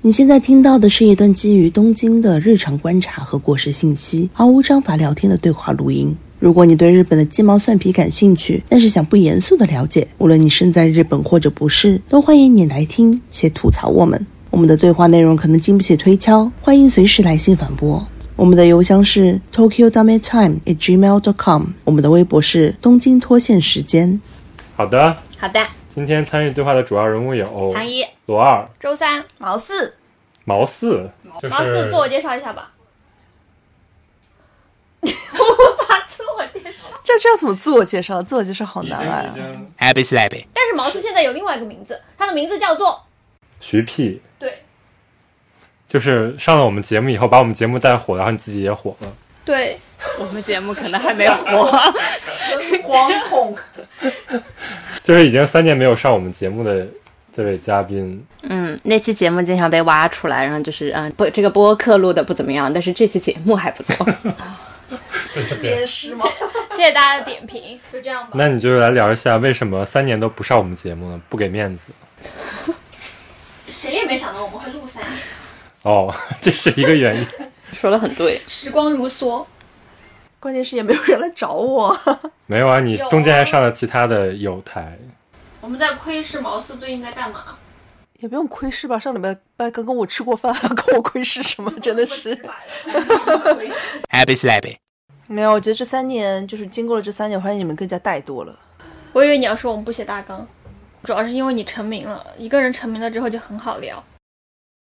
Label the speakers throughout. Speaker 1: 你现在听到的是一段基于东京的日常观察和过时信息，毫无章法聊天的对话录音。如果你对日本的鸡毛蒜皮感兴趣，但是想不严肃的了解，无论你身在日本或者不是，都欢迎你来听且吐槽我们。我们的对话内容可能经不起推敲，欢迎随时来信反驳。我们的邮箱是 tokyo dummy time at gmail dot com，我们的微博是东京脱线时间。
Speaker 2: 好的，
Speaker 3: 好的，
Speaker 2: 今天参与对话的主要人物有
Speaker 3: 唐一、
Speaker 2: 罗二、
Speaker 3: 周三，
Speaker 4: 毛四，
Speaker 2: 毛四，就是
Speaker 3: 毛四自我介绍一下 吧。我无法自我介绍，
Speaker 4: 这这要怎么自我介绍？自我介绍好
Speaker 2: 已
Speaker 4: 难啊
Speaker 2: 经已！经
Speaker 5: Happy Slappy，
Speaker 3: 但是毛四现在有另外一个名字，他的名字叫做
Speaker 2: 徐 P，
Speaker 3: 对
Speaker 2: 就是上了我们节目以后，把我们节目带火，然后你自己也火了。
Speaker 3: 对，
Speaker 6: 我们节目可能还没火，
Speaker 4: 惶恐，
Speaker 2: 就是已经三年没有上我们节目的这位嘉宾，
Speaker 6: 嗯，那期节目经常被挖出来，然后就是嗯，不，这个播客录的不怎么样，但是这期节目还不错。
Speaker 4: 鞭尸吗？
Speaker 3: 谢谢大家的点评，就这样吧。
Speaker 2: 那你就来聊一下为什么三年都不上我们节目呢？不给面子
Speaker 3: 谁也没想到我们会录三年，
Speaker 2: 哦， 这是一个 原因。
Speaker 6: 说的很对，
Speaker 3: 时光如梭，
Speaker 4: 关键是也没有人来找我。
Speaker 2: 没有啊，你中间还上了其他的友台，
Speaker 3: 我们在窥视毛四最近在干嘛？
Speaker 4: 也不用窥视吧，上礼拜拜刚跟我吃过饭，跟我窥视什么？ 真的是
Speaker 3: 窥视
Speaker 5: Happy Slappy，
Speaker 4: 没有。我觉得这三年就是经过了这三年，我发现你们更加怠惰了。
Speaker 3: 我以为你要说我们不写大纲，主要是因为你成名了，一个人成名了之后就很好聊。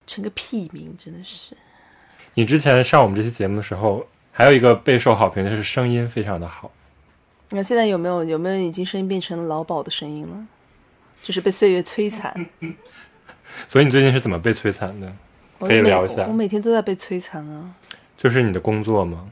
Speaker 4: 成个屁名，真的是
Speaker 2: 你之前上我们这期节目的时候，还有一个备受好评的是声音非常的好，
Speaker 4: 你看现在有没有有没有已经声音变成了老鸨的声音了？就是被岁月摧
Speaker 2: 嗯
Speaker 4: 残，
Speaker 2: 所以你最近是怎么被摧残的？
Speaker 4: 我
Speaker 2: 可以
Speaker 4: 每
Speaker 2: 聊一下
Speaker 4: 我每天都在被摧残啊！
Speaker 2: 就是你的工作吗？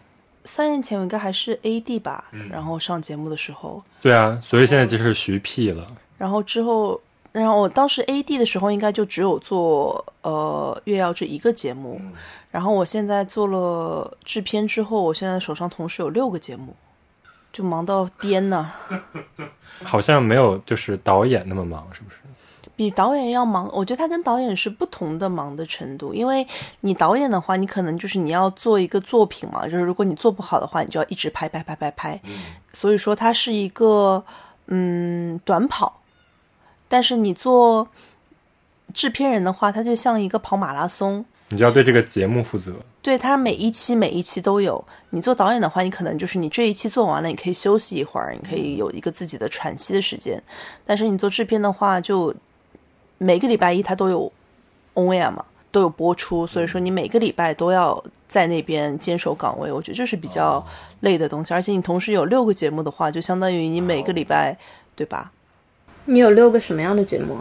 Speaker 4: 三年前我应该还是 AD 吧，
Speaker 2: 嗯
Speaker 4: 然后上节目的时候，
Speaker 2: 对啊，所以现在就是徐 P 了。
Speaker 4: 然后之后，然后我当时 AD 的时候，应该就只有做呃月曜这一个节目。然后我现在做了制片之后，我现在手上同时有六个节目，就忙到颠呐，
Speaker 2: 好像没有就是导演那么忙，是不是？
Speaker 4: 比导演要忙。我觉得他跟导演是不同的忙的程度，因为你导演的话，你可能就是你要做一个作品嘛，就是如果你做不好的话，你就要一直拍拍拍拍拍。所以说，它是一个嗯短跑，但是你做制片人的话，它就像一个跑马拉松，
Speaker 2: 你就要对这个节目负责。
Speaker 4: 对它每一期每一期都有。你做导演的话，你可能就是你这一期做完了，你可以休息一会儿，你可以有一个自己的喘息的时间。但是你做制片的话，就每个礼拜一它都有 on air 嘛，都有播出，所以说你每个礼拜都要在那边坚守岗位，我觉得这是比较累的东西。而且你同时有六个节目的话，就相当于你每个礼拜，对吧？
Speaker 6: 你有六个什么样的节目？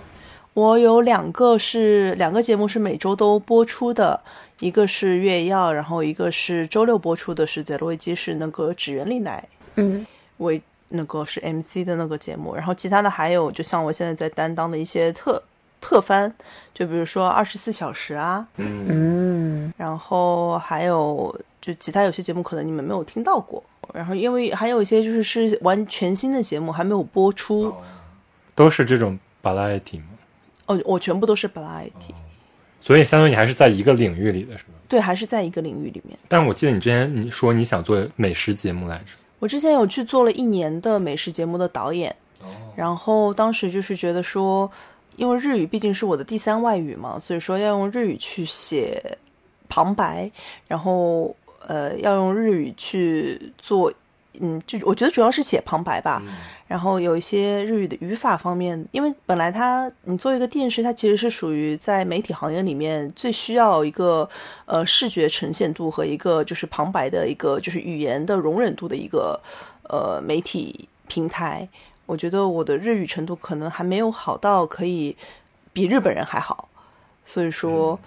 Speaker 4: 我有两个是两个节目是每周都播出的，一个是月曜，然后一个是周六播出的是《杰洛危机》，是那个指原丽奈
Speaker 6: 嗯，
Speaker 4: 为那个是 MC 的那个节目，然后其他的还有就像我现在在担当的一些特特番，就比如说二十四小时啊，
Speaker 2: 嗯，
Speaker 4: 然后还有就其他有些节目可能你们没有听到过，然后因为还有一些就是是完全新的节目还没有播出，
Speaker 2: 都是这种 variety 嘛，
Speaker 4: 哦，我全部都是 b l i t
Speaker 2: 所以相当于你还是在一个领域里的，是吧？
Speaker 4: 对，还是在一个领域里面。
Speaker 2: 但我记得你之前你说你想做美食节目来着，
Speaker 4: 我之前有去做了一年的美食节目的导演，然后当时就是觉得说，因为日语毕竟是我的第三外语嘛，所以说要用日语去写旁白，然后呃要用日语去做，嗯，就我觉得主要是写旁白吧，然后有一些日语的语法方面，因为本来它你做一个电视，它其实是属于在媒体行业里面最需要一个呃视觉呈现度和一个就是旁白的一个就是语言的容忍度的一个呃媒体平台。我觉得我的日语程度可能还没有好到可以比日本人还好，所以说。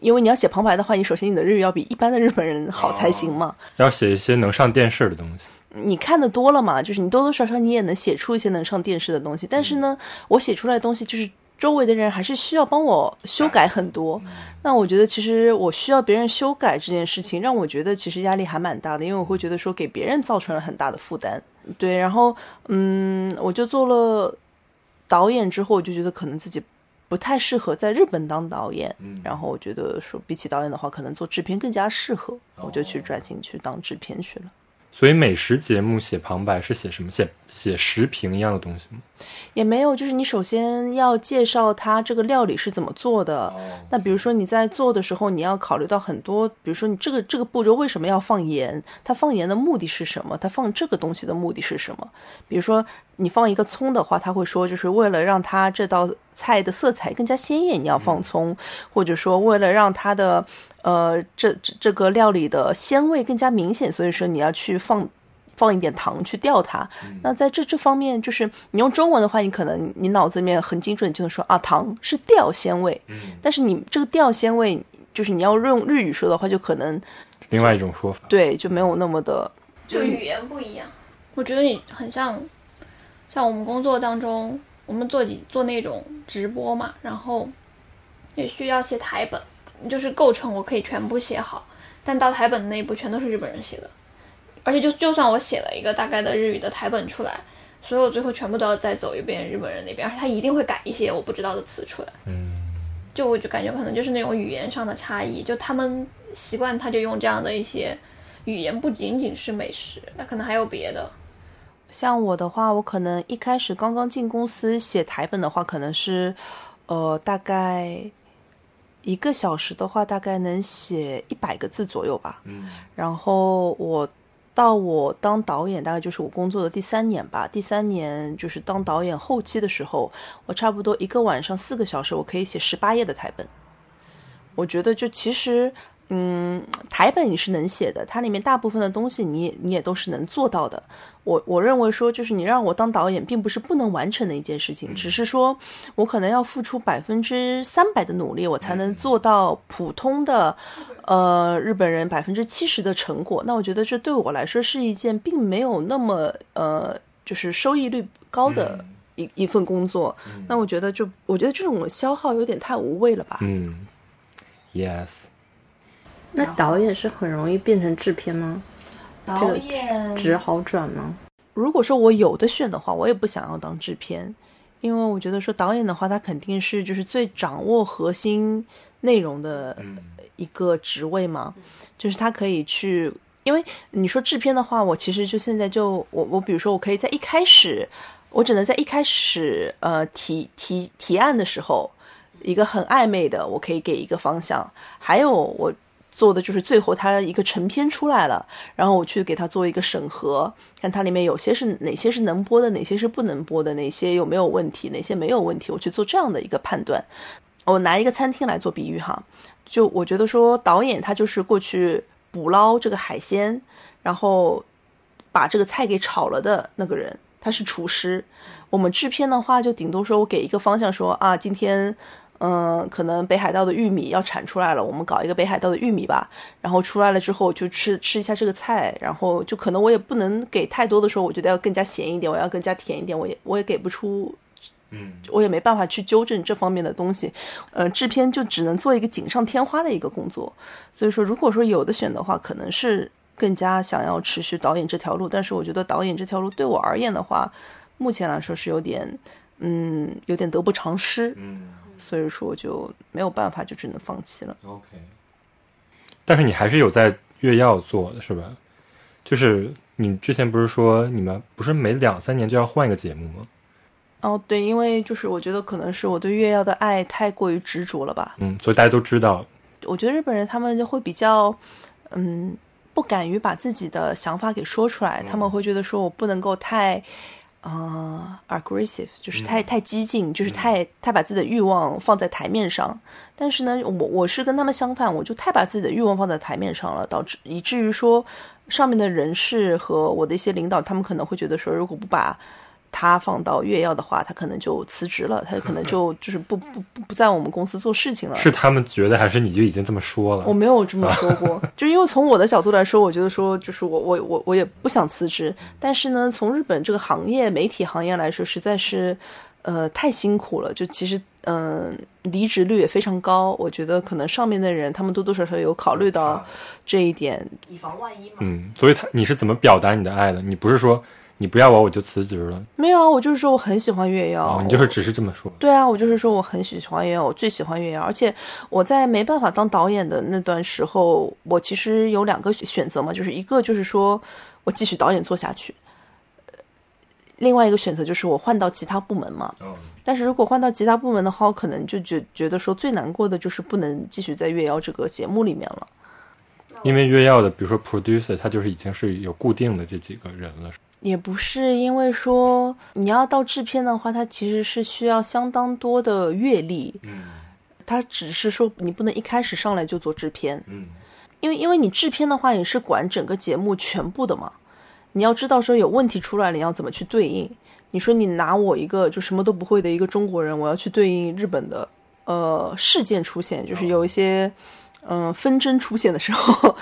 Speaker 4: 因为你要写旁白的话，你首先你的日语要比一般的日本人好才行嘛。
Speaker 2: 要写一些能上电视的东西。
Speaker 4: 你看的多了嘛，就是你多多少少你也能写出一些能上电视的东西。但是呢，我写出来的东西就是周围的人还是需要帮我修改很多。那我觉得其实我需要别人修改这件事情，让我觉得其实压力还蛮大的，因为我会觉得说给别人造成了很大的负担。对，然后嗯，我就做了导演之后，我就觉得可能自己。不太适合在日本当导演。
Speaker 2: 嗯
Speaker 4: 然后我觉得说，比起导演的话，可能做制片更加适合，我就去转型去当制片去了。
Speaker 2: 所以美食节目写旁白是写什么？写写食评一样的东西吗？
Speaker 4: 也没有，就是你首先要介绍它这个料理是怎么做的。那比如说你在做的时候，你要考虑到很多，比如说你这个这个步骤为什么要放盐？它放盐的目的是什么？它放这个东西的目的是什么？比如说你放一个葱的话，他会说就是为了让它这道菜的色彩更加鲜艳，你要放葱，或者说为了让它的呃这这这个料理的鲜味更加明显，所以说你要去放放一点糖去吊它。那在这这方面，就是你用中文的话，你可能你脑子里面很精准，就能说啊，糖是调鲜味。
Speaker 2: 嗯，
Speaker 4: 但是你这个调鲜味，就是你要用日语说的话，就可能
Speaker 2: 另外一种说法。
Speaker 4: 对就没有那么的
Speaker 3: 就语言不一样。嗯我觉得你很像，像我们工作当中，我们做几做那种直播嘛，然后也需要写台本，就是构成我可以全部写好，但到台本的那一步全都是日本人写的，而且就就算我写了一个大概的日语的台本出来，所有最后全部都要再走一遍日本人那边，而且他一定会改一些我不知道的词出来。
Speaker 2: 嗯，
Speaker 3: 就我就感觉可能就是那种语言上的差异，就他们习惯他就用这样的一些语言，不仅仅是美食，那可能还有别的。
Speaker 4: 像我的话，我可能一开始刚刚进公司写台本的话，可能是，呃，大概一个小时的话，大概能写一百个字左右吧。
Speaker 2: 嗯。
Speaker 4: 然后我到我当导演，大概就是我工作的第三年吧。第三年就是当导演后期的时候，我差不多一个晚上四个小时，我可以写十八页的台本。我觉得就其实，嗯，台本你是能写的，它里面大部分的东西你也你也都是能做到的。我我认为说，就是你让我当导演，并不是不能完成的一件事情，只是说我可能要付出百分之三百的努力，我才能做到普通的，呃，日本人百分之七十的成果。那我觉得这对我来说是一件并没有那么呃，就是收益率高的一、一份工作。那我觉得就我觉得这种消耗有点太无谓了吧。
Speaker 2: 嗯，yes，
Speaker 6: 那导演是很容易变成制片吗？这个职好转吗？
Speaker 4: 如果说我有的选的话，我也不想要当制片，因为我觉得说导演的话，他肯定是就是最掌握核心内容的一个职位嘛，就是他可以去。因为你说制片的话，我其实就现在就我我比如说我可以在一开始，我只能在一开始呃提提提案的时候，一个很暧昧的，我可以给一个方向，还有我做的就是最后它一个成片出来了，然后我去给它做一个审核，看它里面有些是哪些是能播的，哪些是不能播的，哪些有没有问题，哪些没有问题，我去做这样的一个判断。我拿一个餐厅来做比喻哈，就我觉得说导演他就是过去捕捞这个海鲜，然后把这个菜给炒了的那个人，他是厨师。我们制片的话，就顶多说我给一个方向说啊，今天。嗯，可能北海道的玉米要产出来了，我们搞一个北海道的玉米吧。然后出来了之后就吃吃一下这个菜，然后就可能我也不能给太多的时候，我觉得要更加咸一点，我要更加甜一点，我也我也给不出
Speaker 2: 嗯，
Speaker 4: 我也没办法去纠正这方面的东西，呃，制片就只能做一个锦上添花的一个工作。所以说，如果说有的选的话，可能是更加想要持续导演这条路。但是我觉得导演这条路对我而言的话，目前来说是有点，嗯，有点得不偿失。
Speaker 2: 嗯，
Speaker 4: 所以说我就没有办法，就只能放弃了。
Speaker 2: ，OK。但是你还是有在越药做的是吧？就是你之前不是说你们不是每两三年就要换一个节目吗？
Speaker 4: 哦，对，因为就是我觉得可能是我对越药的爱太过于执着了吧。
Speaker 2: 嗯，所以大家都知道，
Speaker 4: 我觉得日本人他们就会比较，嗯，不敢于把自己的想法给说出来，他们会觉得说我不能够太，啊、aggressive，就是太、太激进，就是太太把自己的欲望放在台面上。但是呢，我我是跟他们相反，我就太把自己的欲望放在台面上了，导致以至于说上面的人事和我的一些领导，他们可能会觉得说，如果不把他放到越要的话，他可能就辞职了，他可能就就是不不不不在我们公司做事情 了。
Speaker 2: 是他们觉得还是你就已经这么说了？
Speaker 4: 啊我没有这么说过，
Speaker 2: 啊
Speaker 4: 就是因为从我的角度来说，我觉得说就是我我我我也不想辞职，但是呢，从日本这个行业媒体行业来说，实在是呃太辛苦了，就其实嗯、离职率也非常高，我觉得可能上面的人他们多多少少有考虑
Speaker 2: 啊
Speaker 4: 到这一点，以防万一嘛。
Speaker 2: 嗯，所以他你是怎么表达你的爱的？你不是说你不要我，我就辞职了。
Speaker 4: 没有啊，我就是说我很喜欢越
Speaker 2: 哦
Speaker 4: 妖，，
Speaker 2: 你就是
Speaker 4: 我
Speaker 2: 只是这么说。
Speaker 4: 对啊，我就是说我很喜欢越野，我最喜欢越野，而且我在没办法当导演的那段时候，我其实有两个选选择嘛，就是一个就是说我继续导演做下去，呃另外一个选择就是我换到其他部门嘛。
Speaker 2: 哦
Speaker 4: 但是如果换到其他部门的话，我可能就觉觉得说最难过的就是不能继续在越妖这个节目里面了。哦
Speaker 2: 因为越要的，比如说 producer，他就是已经是有固定的这几个人了。
Speaker 4: 也不是因为说你要到制片的话，它其实是需要相当多的阅历，
Speaker 2: 嗯
Speaker 4: 它只是说你不能一开始上来就做制片，
Speaker 2: 嗯，
Speaker 4: 因为因为你制片的话也是管整个节目全部的嘛，你要知道说有问题出来了，你要怎么去对应。你说你拿我一个就什么都不会的一个中国人，我要去对应日本的呃事件出现，
Speaker 2: 哦
Speaker 4: 就是有一些嗯、呃纷争出现的时候，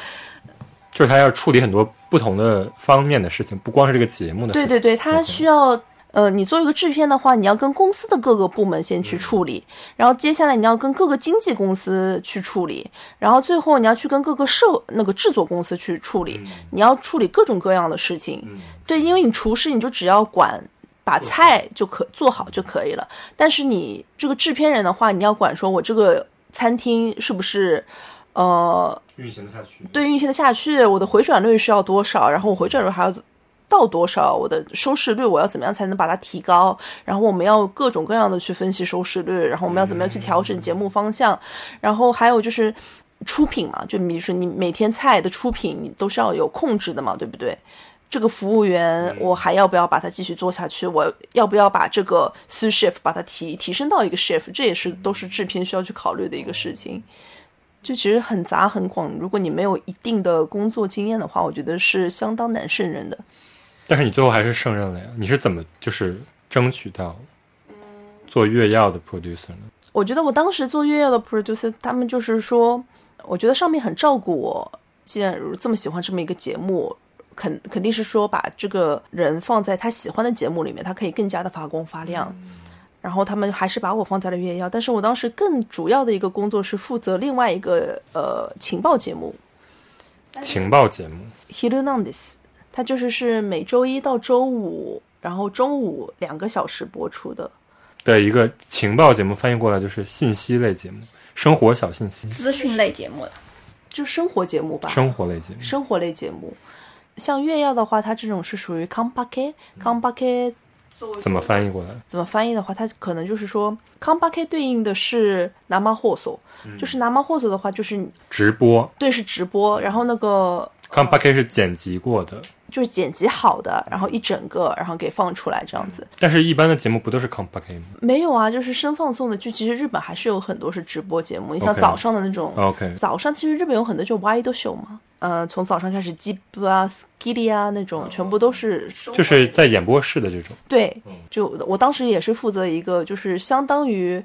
Speaker 2: 就是他要处理很多不同的方面的事情，不光是这个节目的事
Speaker 4: 对
Speaker 2: 情。
Speaker 4: 对对，他需要呃，你做一个制片的话，你要跟公司的各个部门先去处理，然后接下来你要跟各个经纪公司去处理，然后最后你要去跟各个社那个制作公司去处理，你要处理各种各样的事情。对，因为你厨师你就只要管。把菜就可做好就可以了，但是你这个制片人的话，你要管说我这个餐厅是不是，呃，
Speaker 2: 运行的下去。
Speaker 4: 对运行的下去，我的回转率是要多少？然后我回转率还要到多少？我的收视率我要怎么样才能把它提高？然后我们要各种各样的去分析收视率，然后我们要怎么样去调整节目方向？然后还有就是出品嘛，就比如说你每天菜的出品，你都是要有控制的嘛，对不对？这个服务员，我还要不要把它继续做下去？我要不要把这个 sous chef 把它提提升到一个 chef？这也是都是制片需要去考虑的一个事情。就其实很杂很广，如果你没有一定的工作经验的话，我觉得是相当难胜任的。
Speaker 2: 但是你最后还是胜任了呀？你是怎么就是争取到做越要的 producer 呢？
Speaker 4: 我觉得我当时做月曜的 producer，他们就是说，我觉得上面很照顾我，既然如这么喜欢这么一个节目，肯肯定是说把这个人放在他喜欢的节目里面，他可以更加的发光发亮。然后他们还是把我放在了月曜，但是我当时更主要的一个工作是负责另外一个呃情报节目，
Speaker 2: 情报节目，
Speaker 4: h i l u n a n d e s 它就是是每周一到周五，然后中午两个小时播出的。
Speaker 2: 的一个情报节目，翻译过来就是信息类节目，生活小信息，
Speaker 3: 资讯类节目了。
Speaker 4: 就生活节目吧，
Speaker 2: 生活类节目。
Speaker 4: 生活类节目。像月曜的话，它这种是属于 c o m p a k c o m p a k
Speaker 2: 怎么翻译过来？
Speaker 4: 怎么翻译的话，它可能就是说 c o m p a k 对应的是拿马霍索，
Speaker 2: 嗯
Speaker 4: 就是拿马霍索的话，就是
Speaker 2: 直播
Speaker 4: 对是直播，然后那个
Speaker 2: c o m p a k 是剪辑过的，
Speaker 4: 就是剪辑好的，然后一整个，然后给放出来这样子。
Speaker 2: 但是一般的节目不都是 c o m p a k 吗
Speaker 4: 没有啊，就是生放送的剧，其实日本还是有很多是直播节目。你像
Speaker 2: OK
Speaker 4: 早上的那种
Speaker 2: ？OK，
Speaker 4: 早上其实日本有很多就 wide show 嘛，呃，从早上开始 j i 啊、skili 啊那种，全部都是
Speaker 2: 哦就是在演播室的这种。
Speaker 4: 对，就我当时也是负责一个，就是相当于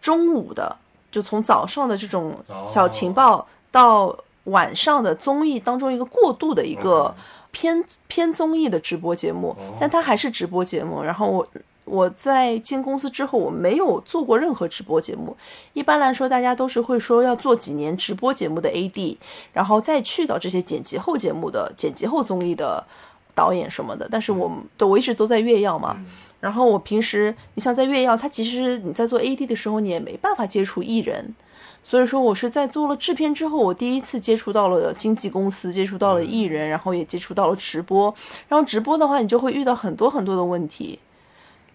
Speaker 4: 中午的，就从早上的这种小情报到晚上的综艺当中一个过渡的一个偏偏综艺的直播节目，但它还是直播节目。然后我我在进公司之后，我没有做过任何直播节目。一般来说，大家都是会说要做几年直播节目的 AD，然后再去到这些剪辑后节目的剪辑后综艺的导演什么的。但是我对我一直都在越要嘛。然后我平时，你像在越要，它其实你在做 AD 的时候，你也没办法接触艺人，所以说我是在做了制片之后，我第一次接触到了经纪公司，接触到了艺人，然后也接触到了直播。然后直播的话，你就会遇到很多很多的问题，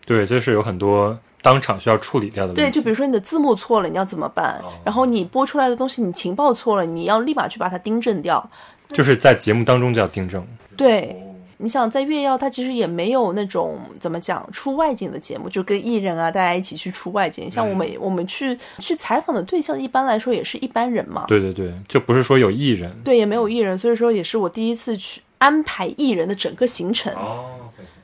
Speaker 2: 对，就是有很多当场需要处理掉的问
Speaker 4: 对，
Speaker 2: 题。
Speaker 4: 就比如说你的字幕错了，你要怎么办？然后你播出来的东西，你情报错了，你要立马去把它订正掉。
Speaker 2: 就是在节目当中就要订正。
Speaker 4: 对，你想在越要，它其实也没有那种怎么讲出外景的节目，就跟艺人啊大家一起去出外景。像我
Speaker 2: 嗯
Speaker 4: 们、我们去去采访的对象，一般来说也是一般人嘛，
Speaker 2: 对对对，就不是说有艺人。
Speaker 4: 对，也没有艺人，所以说也是我第一次去安排艺人的整个行程，
Speaker 2: 哦，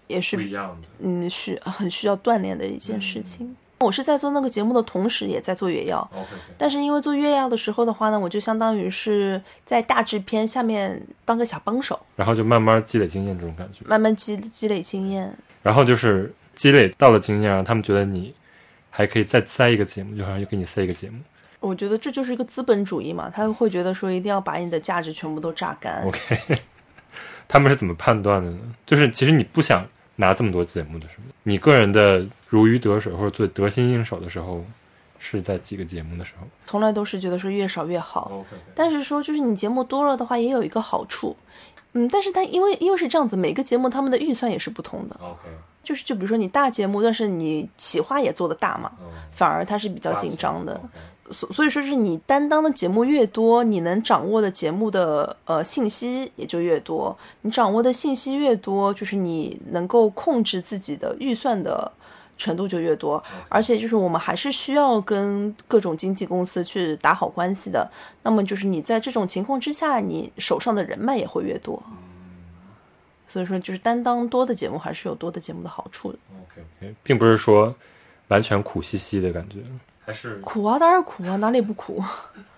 Speaker 4: 也是
Speaker 2: 样嗯的。
Speaker 4: 嗯需很需要锻炼的一件事情。我是在做那个节目的同时，也在做越要。
Speaker 2: OK，
Speaker 4: 但是因为做月曜的时候的话呢，我就相当于是在大制片下面当个小帮手，
Speaker 2: 然后就慢慢积累经验这种感觉。
Speaker 4: 慢慢积积累经验。
Speaker 2: 然后就是积累到了经验，让他们觉得你还可以再塞一个节目，就好像又给你塞一个节目。
Speaker 4: 我觉得这就是一嗯个资本主义嘛，他会觉得说一定要把你的价值全部都榨干。
Speaker 2: OK， 他们是怎么判断的呢？就是其实你不想拿这么多节目的是吗？你个人的如鱼得水或者最得心应手的时候是在几个节目的时候
Speaker 4: 从来都是觉得说越少越好。
Speaker 2: ？OK，
Speaker 4: 但是说就是你节目多了的话，也有一个好处，嗯，但是它因为因为是这样子，每个节目他们的预算也是不同的，
Speaker 2: OK，
Speaker 4: 就是就比如说你大节目，但是你企划也做得大嘛，反而它是比较紧张
Speaker 2: 哦
Speaker 4: 的。所所以说是你担当的节目越多，你能掌握的节目的呃信息也就越多。你掌握的信息越多，就是你能够控制自己的预算的程度就越多。而且就是我们还是需要跟各种经纪公司去打好关系的。那么就是你在这种情况之下，你手上的人脉也会越多。所以说，就是担当多的节目还是有多的节目的好处的。
Speaker 2: OK，并不是说完全苦兮兮的感觉，还是
Speaker 4: 苦啊，当然苦啊，哪里不苦？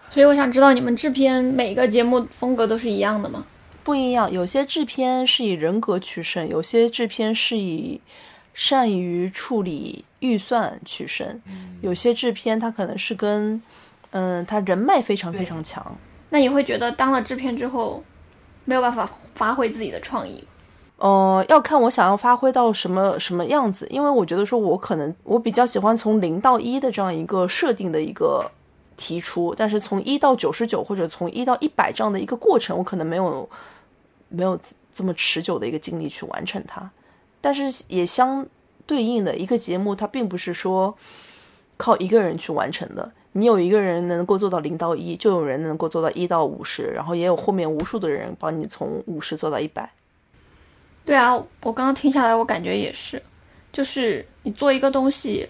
Speaker 3: 所以我想知道你们制片每个节目风格都是一样的吗？
Speaker 4: 不一样，有些制片是以人格取胜，有些制片是以善于处理预算取胜，有些制片他可能是跟，嗯、他人脉非常非常强。
Speaker 3: 那你会觉得当了制片之后，没有办法发挥自己的创意吗？
Speaker 4: 呃，要看我想要发挥到什么什么样子，因为我觉得说我可能我比较喜欢从零到一的这样一个设定的一个提出，但是从一到九十九或者从一到一百这样的一个过程，我可能没有没有这么持久的一个精力去完成它。但是也相对应的一个节目，它并不是说靠一个人去完成的。你有一个人能够做到零到一，就有人能够做到一到五十，然后也有后面无数的人帮你从五十做到一百。
Speaker 3: 对啊，我刚刚听下来，我感觉也是，就是你做一个东西，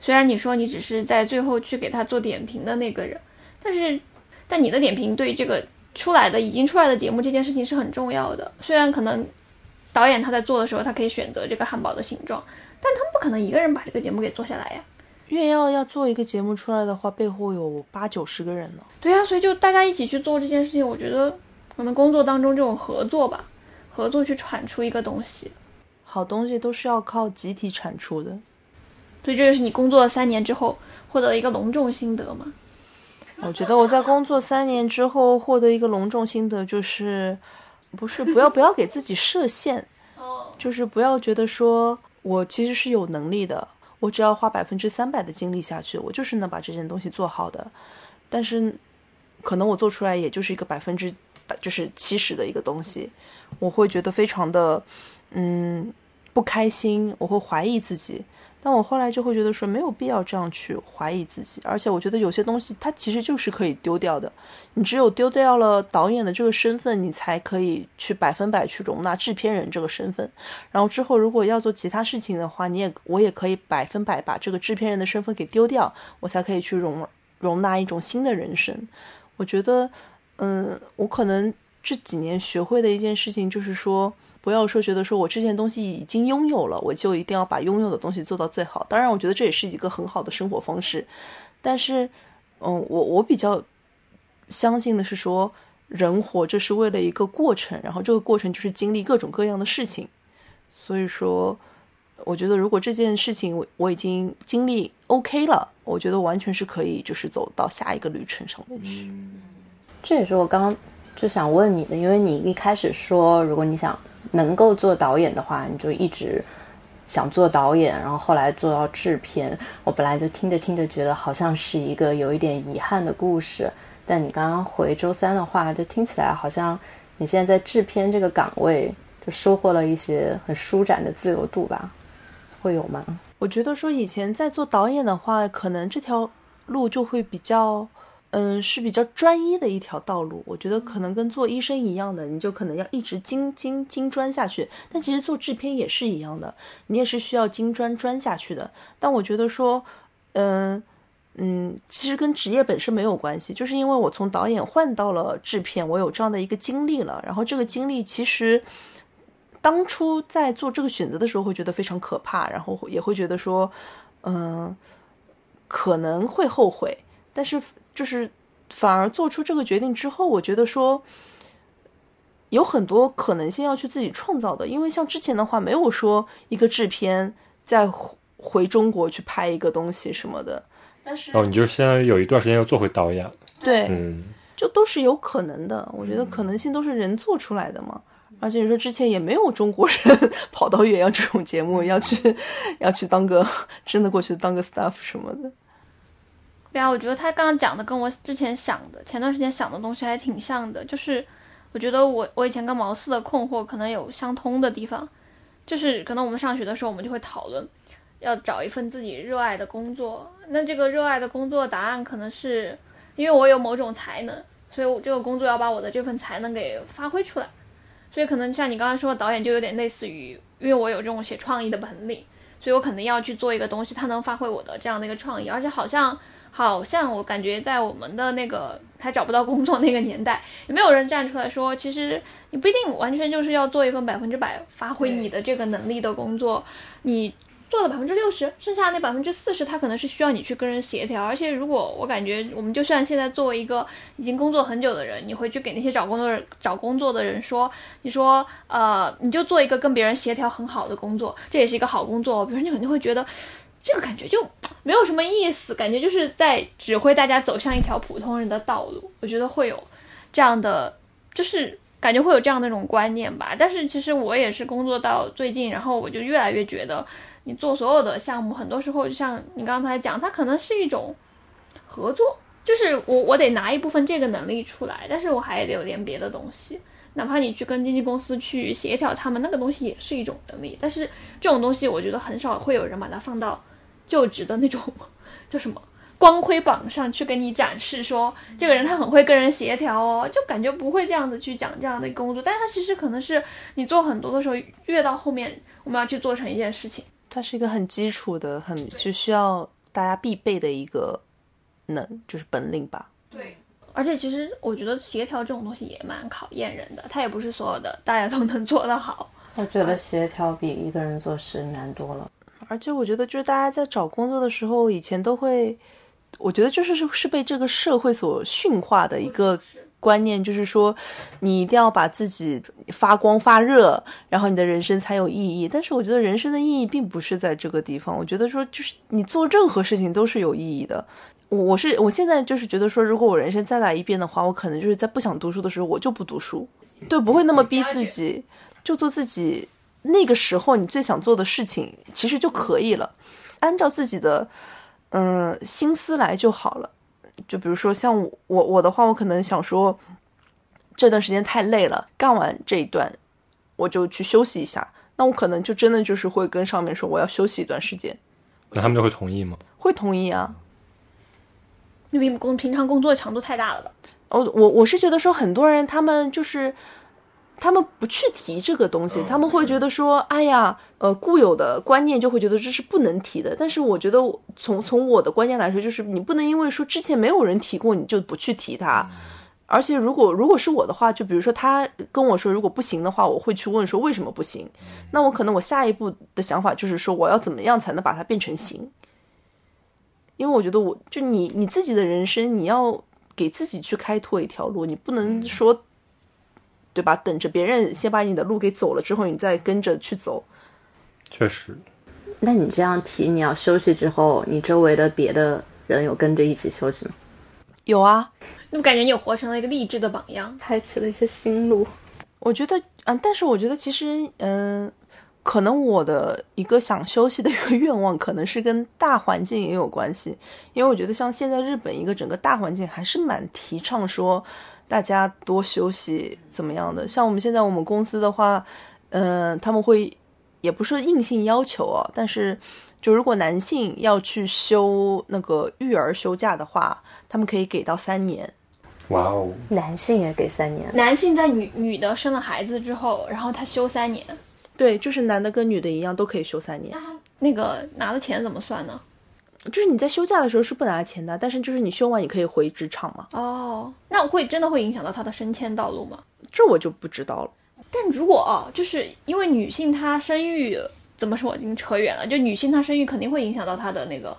Speaker 3: 虽然你说你只是在最后去给他做点评的那个人，但是，但你的点评对这个出来的已经出来的节目这件事情是很重要的。虽然可能导演他在做的时候，他可以选择这个汉堡的形状，但他们不可能一个人把这个节目给做下来呀。
Speaker 4: 越要要做一个节目出来的话，背后有八九十个人呢。
Speaker 3: 对呀、所以就大家一起去做这件事情，我觉得我们工作当中这种合作吧，合作去产出一个东西，
Speaker 4: 好东西都是要靠集体产出的。
Speaker 3: 所以这就是你工作了三年之后获得了一个隆重心得嘛。
Speaker 4: 我觉得我在工作三年之后获得一个隆重心得，就是不是不要不要给自己设限，就是不要觉得说我其实是有能力的，我只要花百分之三百的精力下去，我就是能把这件东西做好的。但是可能我做出来也就是一个百分之就是七十的一个东西，我会觉得非常的嗯不开心，我会怀疑自己。但我后来就会觉得说没有必要这样去怀疑自己，而且我觉得有些东西它其实就是可以丢掉的，你只有丢掉了导演的这个身份，你才可以去百分百去容纳制片人这个身份。然后之后如果要做其他事情的话，你也我也可以百分百把这个制片人的身份给丢掉，我才可以去容容纳一种新的人生。我觉得，嗯，我可能这几年学会的一件事情就是说，不要说觉得说我这件东西已经拥有了，我就一定要把拥有的东西做到最好。当然，我觉得这也是一个很好的生活方式，但是，嗯，我我比较相信的是说，人活着是为了一个过程，然后这个过程就是经历各种各样的事情，所以说。我觉得，如果这件事情我我已经经历 OK 了，我觉得完全是可以，就是走到下一个旅程上面去。
Speaker 6: 这也是我刚刚就想问你的，因为你一开始说，如果你想能够做导演的话，你就一直想做导演，然后后来做到制片。我本来就听着听着觉得好像是一个有一点遗憾的故事，但你刚刚回周三的话，就听起来好像你现在在制片这个岗位就收获了一些很舒展的自由度吧？会有吗？
Speaker 4: 我觉得说以前在做导演的话，可能这条路就会比较，嗯，是比较专一的一条道路。我觉得可能跟做医生一样的，你就可能要一直精精精专下去。但其实做制片也是一样的，你也是需要精专专下去的。但我觉得说，嗯。嗯，其实跟职业本身没有关系，就是因为我从导演换到了制片，我有这样的一个经历了。然后这个经历其实，当初在做这个选择的时候，会觉得非常可怕，然后也会觉得说，嗯，可能会后悔，但是就是反而做出这个决定之后，我觉得说有很多可能性要去自己创造的，因为像之前的话，没有说一个制片再回回中国去拍一个东西什么的，但是
Speaker 2: 哦，你就相当于有一段时间又做回导演，
Speaker 4: 对，
Speaker 2: 嗯，
Speaker 4: 就都是有可能的，我觉得可能性都是人做出来的嘛。而且你说之前也没有中国人 跑到岳阳这种节目要去要去当个真的过去当个 staff 什么的。
Speaker 3: 对啊，我觉得他刚刚讲的跟我之前想的、前段时间想的东西还挺像的，就是我觉得我我以前跟毛四的困惑可能有相通的地方，就是可能我们上学的时候，我们就会讨论要找一份自己热爱的工作，那这个热爱的工作答案可能是因为我有某种才能，所以我这个工作要把我的这份才能给发挥出来，所以可能像你刚才说的，导演就有点类似于，因为我有这种写创意的本领，所以我肯定要去做一个东西，它能发挥我的这样的一个创意，而且好像。好像我感觉在我们的那个还找不到工作那个年代，也没有人站出来说，其实你不一定完全就是要做一个百分之百发挥你的这个能力的工作，你做了百分之六十，剩下那百分之四十，它可能是需要你去跟人协调。而且如果我感觉我们就算现在作为一个已经工作很久的人，你回去给那些找工作人找工作的人说，你说呃，你就做一个跟别人协调很好的工作，这也是一个好工作，别人就肯定会觉得。这个感觉就没有什么意思，感觉就是在指挥大家走向一条普通人的道路。我觉得会有这样的，就是感觉会有这样的一种观念吧。但是其实我也是工作到最近，然后我就越来越觉得，你做所有的项目，很多时候就像你刚才讲，它可能是一种合作，就是我我得拿一部分这个能力出来，但是我还得有点别的东西。哪怕你去跟经纪公司去协调他们，那个东西也是一种能力。但是这种东西，我觉得很少会有人把它放到。就职的那种 叫什么光辉榜上去给你展示说，这个人他很会跟人协调哦，就感觉不会这样子去讲这样的工作，但他其实可能是你做很多的时候，越到后面我们要去做成一件事情，
Speaker 4: 它是一个很基础的、很就需要大家必备的一个能，就是本领吧。
Speaker 3: 对，而且其实我觉得协调这种东西也蛮考验人的，他也不是所有的大家都能做得好。
Speaker 6: 我觉得协调比一个人做事难多了。
Speaker 4: 而且我觉得，就是大家在找工作的时候，以前都会，我觉得就是是是被这个社会所驯化的一个观念，就是说，你一定要把自己发光发热，然后你的人生才有意义。但是我觉得人生的意义并不是在这个地方。我觉得说，就是你做任何事情都是有意义的。我我是我现在就是觉得说，如果我人生再来一遍的话，我可能就是在不想读书的时候，我就不读书，对，不会那么逼自己，就做自己。那个时候你最想做的事情，其实就可以了，按照自己的嗯、呃、心思来就好了。就比如说像我我的话，我可能想说，这段时间太累了，干完这一段我就去休息一下。那我可能就真的就是会跟上面说我要休息一段时间，
Speaker 2: 那他们就会同意吗？
Speaker 4: 会同意啊。
Speaker 3: 你比工平常工作强度太大了吧？
Speaker 4: 哦，我我是觉得说很多人他们就是。他们不去提这个东西，他们会觉得说，哎呀，呃，固有的观念就会觉得这是不能提的。但是我觉得从，从从我的观念来说，就是你不能因为说之前没有人提过，你就不去提它。而且，如果如果是我的话，就比如说他跟我说如果不行的话，我会去问说为什么不行。那我可能我下一步的想法就是说，我要怎么样才能把它变成行？因为我觉得我，我就你你自己的人生，你要给自己去开拓一条路，你不能说。对吧？等着别人先把你的路给走了之后，你再跟着去走。
Speaker 2: 确实。
Speaker 6: 那你这样提你要休息之后，你周围的别的人有跟着一起休息吗？
Speaker 4: 有啊，
Speaker 3: 我感觉你有活成了一个励志的榜样，
Speaker 6: 开启了一些新路。
Speaker 4: 我觉得，嗯，但是我觉得其实，嗯，可能我的一个想休息的一个愿望，可能是跟大环境也有关系，因为我觉得像现在日本一个整个大环境还是蛮提倡说。大家多休息怎么样的？像我们现在我们公司的话，嗯、呃，他们会也不是硬性要求啊，但是就如果男性要去休那个育儿休假的话，他们可以给到三年。
Speaker 2: 哇哦！
Speaker 6: 男性也给三年？
Speaker 3: 男性在女女的生了孩子之后，然后他休三年。
Speaker 4: 对，就是男的跟女的一样都可以休三年。
Speaker 3: 那个拿的钱怎么算呢？
Speaker 4: 就是你在休假的时候是不拿钱的，但是就是你休完你可以回职场嘛。
Speaker 3: 哦，那会真的会影响到他的升迁道路吗？
Speaker 4: 这我就不知道了。
Speaker 3: 但如果啊，就是因为女性她生育怎么说，已经扯远了。就女性她生育肯定会影响到她的那个，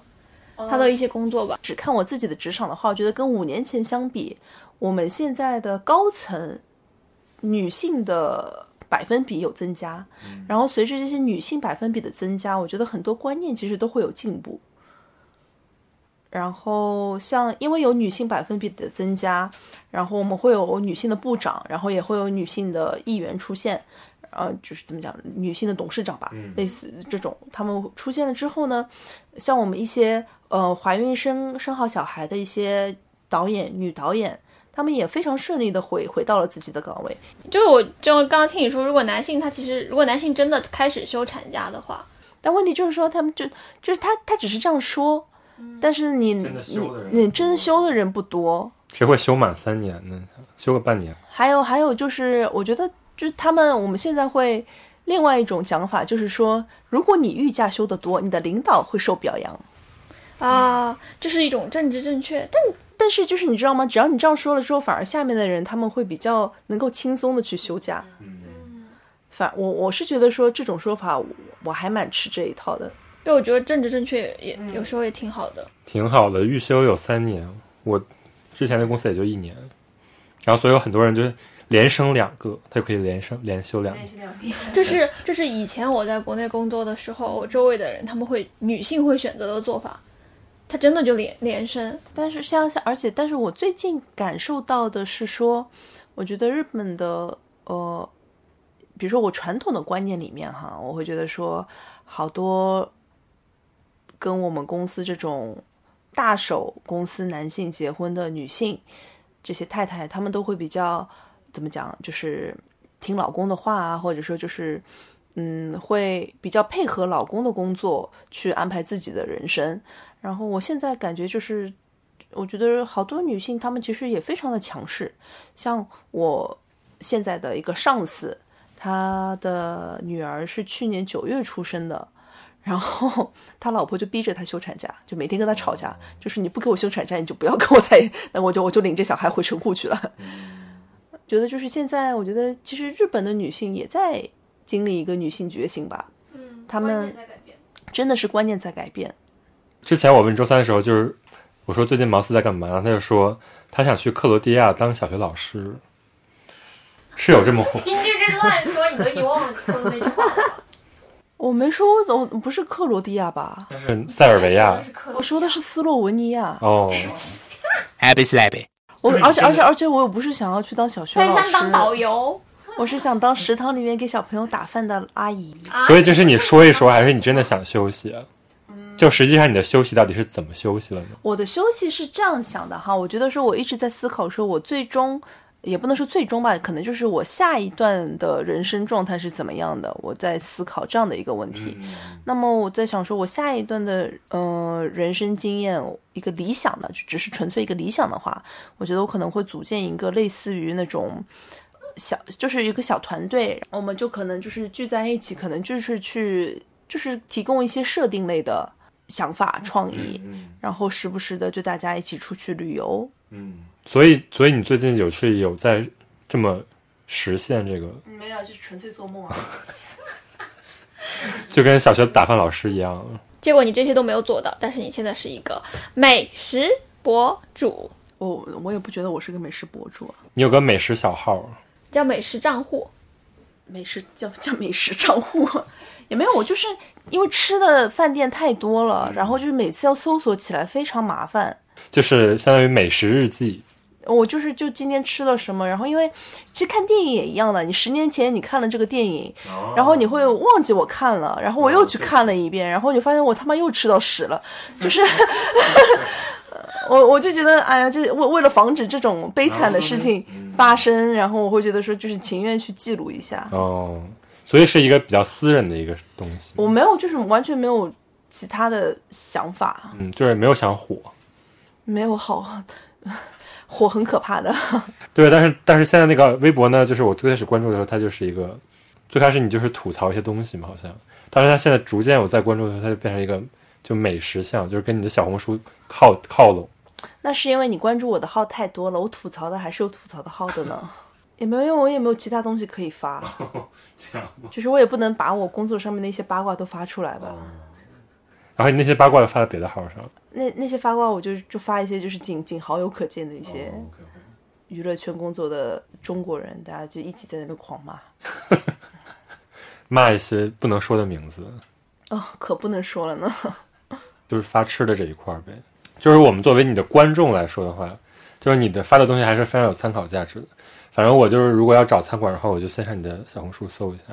Speaker 3: 她的一些工作吧。
Speaker 4: 只看我自己的职场的话，我觉得跟五年前相比，我们现在的高层女性的。百分比有增加，然后随着这些女性百分比的增加，我觉得很多观念其实都会有进步。然后像因为有女性百分比的增加，然后我们会有女性的部长，然后也会有女性的议员出现，呃，就是怎么讲，女性的董事长吧，类似这种，他们出现了之后呢，像我们一些呃怀孕生生好小孩的一些导演女导演，她们也非常顺利的回回到了自己的岗位，
Speaker 3: 就是我就刚刚听你说，如果男性他其实如果男性真的开始休产假的话，
Speaker 4: 但问题就是说，他们就就是他他只是这样说，但是你
Speaker 2: 真的修的人
Speaker 4: 你你
Speaker 2: 不多
Speaker 4: 真修的人不多。
Speaker 2: 谁会休满三年呢？休个半年，
Speaker 4: 还有还有就是，我觉得就是他们我们现在会另外一种讲法，就是说，如果你御驾修得多，你的领导会受表扬。
Speaker 3: 啊，这是一种政治正确，但
Speaker 4: 但是就是你知道吗？只要你这样说了之后，反而下面的人他们会比较能够轻松的去休假。
Speaker 2: 嗯，
Speaker 4: 反我我是觉得说这种说法我，我还蛮吃这一套的。
Speaker 3: 对我觉得政治正确也有时候也挺好的。
Speaker 2: 挺好的。预休有三年，我之前的公司也就一年，然后所以有很多人就连升两个，他就可以连升连休两年。
Speaker 3: 这是这是以前我在国内工作的时候，我周围的人他们会女性会选择的做法，他真的就连连升，
Speaker 4: 但是像像，而且但是我最近感受到的是说，我觉得日本的呃，比如说我传统的观念里面哈，我会觉得说，好多跟我们公司这种大手公司男性结婚的女性，这些太太，她们都会比较怎么讲，就是听老公的话啊，或者说就是。嗯，会比较配合老公的工作去安排自己的人生。然后我现在感觉就是我觉得好多女性她们其实也非常的强势，像我现在的一个上司，她的女儿是去年九月出生的，然后他老婆就逼着他休产假，就每天跟他吵架，就是你不给我休产假，你就不要跟我在，那我就我就领着小孩回神户去了。
Speaker 2: 嗯
Speaker 4: 觉得就是现在，我觉得其实日本的女性也在经历一个女性觉醒吧，
Speaker 3: 嗯，
Speaker 4: 他们观念
Speaker 3: 在改变。
Speaker 4: 真的是观念在改变。
Speaker 2: 之前我问周三的时候，就是我说最近毛斯在干嘛，他就说他想去克罗地亚当小学老师，是有这么火？
Speaker 5: 你这这乱说，你都你忘了说的那句话了。
Speaker 4: 我没说，我总不是克罗地亚吧？
Speaker 2: 但是塞尔维亚
Speaker 4: 我说的是斯洛文尼亚。
Speaker 2: 哦，
Speaker 7: Abby Slabby。
Speaker 4: 我
Speaker 2: 就是
Speaker 4: 而且
Speaker 2: 真的
Speaker 4: 而且而且我又不是想要去当小学
Speaker 5: 但是
Speaker 4: 老
Speaker 5: 想
Speaker 4: 师，
Speaker 5: 当导游，
Speaker 4: 我是想当食堂里面给小朋友打饭的阿姨。
Speaker 2: 所以这是你说一说，还是你真的想休息啊？就实际上你的休息到底是怎么休息了呢？
Speaker 4: 我的休息是这样想的哈，我觉得说我一直在思考，说我最终也不能说最终吧，可能就是我下一段的人生状态是怎么样的，我在思考这样的一个问题。那么我在想说，我下一段的呃人生经验，一个理想的，只是纯粹一个理想的话，我觉得我可能会组建一个类似于那种。小就是一个小团队，我们就可能就是聚在一起，可能就是去就是提供一些设定类的想法创意，然后时不时的就大家一起出去旅游。
Speaker 2: 嗯，所以所以你最近有是有在这么实现这个，
Speaker 4: 没有，就是纯粹做梦啊。
Speaker 2: 就跟小学打饭老师一样，
Speaker 3: 结果你这些都没有做到，但是你现在是一个美食博主，
Speaker 4: 我我也不觉得我是个美食博主、啊，
Speaker 2: 你有个美食小号，
Speaker 3: 叫美食账户。
Speaker 4: 美食叫叫美食账户 也没有，我就是因为吃的饭店太多了，然后就是每次要搜索起来非常麻烦。
Speaker 2: 就是相当于美食日记。
Speaker 4: 我就是就今天吃了什么，然后因为其实看电影也一样的，你十年前你看了这个电影，然后你会忘记我看了，然后我又去看了一遍，然后你发现我他妈又吃到屎了，就是我我就觉得哎呀，就是为为了防止这种悲惨的事情发生，然后我会觉得说就是情愿去记录一下，
Speaker 2: 哦，所以是一个比较私人的一个东西。
Speaker 4: 我没有就是完全没有其他的想法，
Speaker 2: 嗯，就是没有想火。
Speaker 4: 没有好 火很可怕的，
Speaker 2: 对，但是但是现在那个微博呢，就是我最开始关注的时候，它就是一个最开始你就是吐槽一些东西嘛，好像。但是它现在逐渐我在关注的时候，它就变成一个就美食项，就是跟你的小红书靠靠拢。
Speaker 4: 那是因为你关注我的号太多了，我吐槽的还是有吐槽的号的呢。也没有，我也没有其他东西可以发，
Speaker 2: 这样
Speaker 4: 就是我也不能把我工作上面的一些八卦都发出来吧。
Speaker 2: 哦然后你那些八卦又发到别的号上。
Speaker 4: 那那些八卦，我就就发一些就是仅仅好友可见的一些
Speaker 2: 哦
Speaker 4: 娱乐圈工作的中国人，大家就一起在那边狂骂。
Speaker 2: 骂一些不能说的名字，
Speaker 4: 哦，可不能说了呢。
Speaker 2: 就是发吃的这一块儿呗。就是我们作为你的观众来说的话，就是你的发的东西还是非常有参考价值的。反正我就是如果要找餐馆的话，我就先上你的小红书搜一下。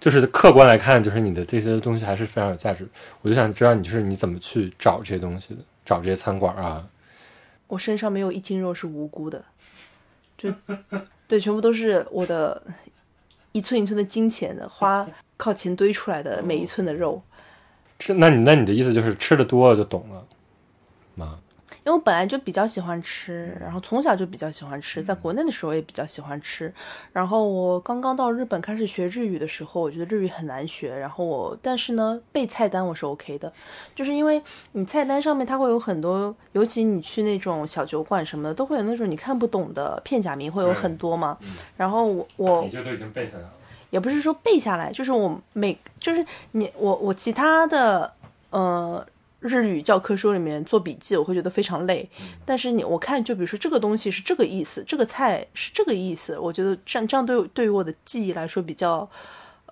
Speaker 2: 就是客观来看，就是你的这些东西还是非常有价值。我就想知道你就是你怎么去找这些东西的，找这些餐馆啊。
Speaker 4: 我身上没有一斤肉是无辜的，就对，全部都是我的一寸一寸的金钱的花靠钱堆出来的每
Speaker 2: 哦
Speaker 4: 一寸的肉，
Speaker 2: 吃，那你那你的意思就是吃的多了就懂了吗？
Speaker 4: 因为我本来就比较喜欢吃，然后从小就比较喜欢吃，在国内的时候也比较喜欢吃。然后我刚刚到日本开始学日语的时候，我觉得日语很难学。然后我，但是呢，背菜单我是 OK 的，就是因为你菜单上面它会有很多，尤其你去那种小酒馆什么的，都会有那种你看不懂的片假名，会有很多嘛。然后我我
Speaker 2: 你这都已经背下来了。
Speaker 4: 也不是说背下来，就是我每就是你我我其他的呃日语教科书里面做笔记，我会觉得非常累。但是你我看，就比如说这个东西是这个意思，这个菜是这个意思，我觉得这样这样对我对于我的记忆来说比较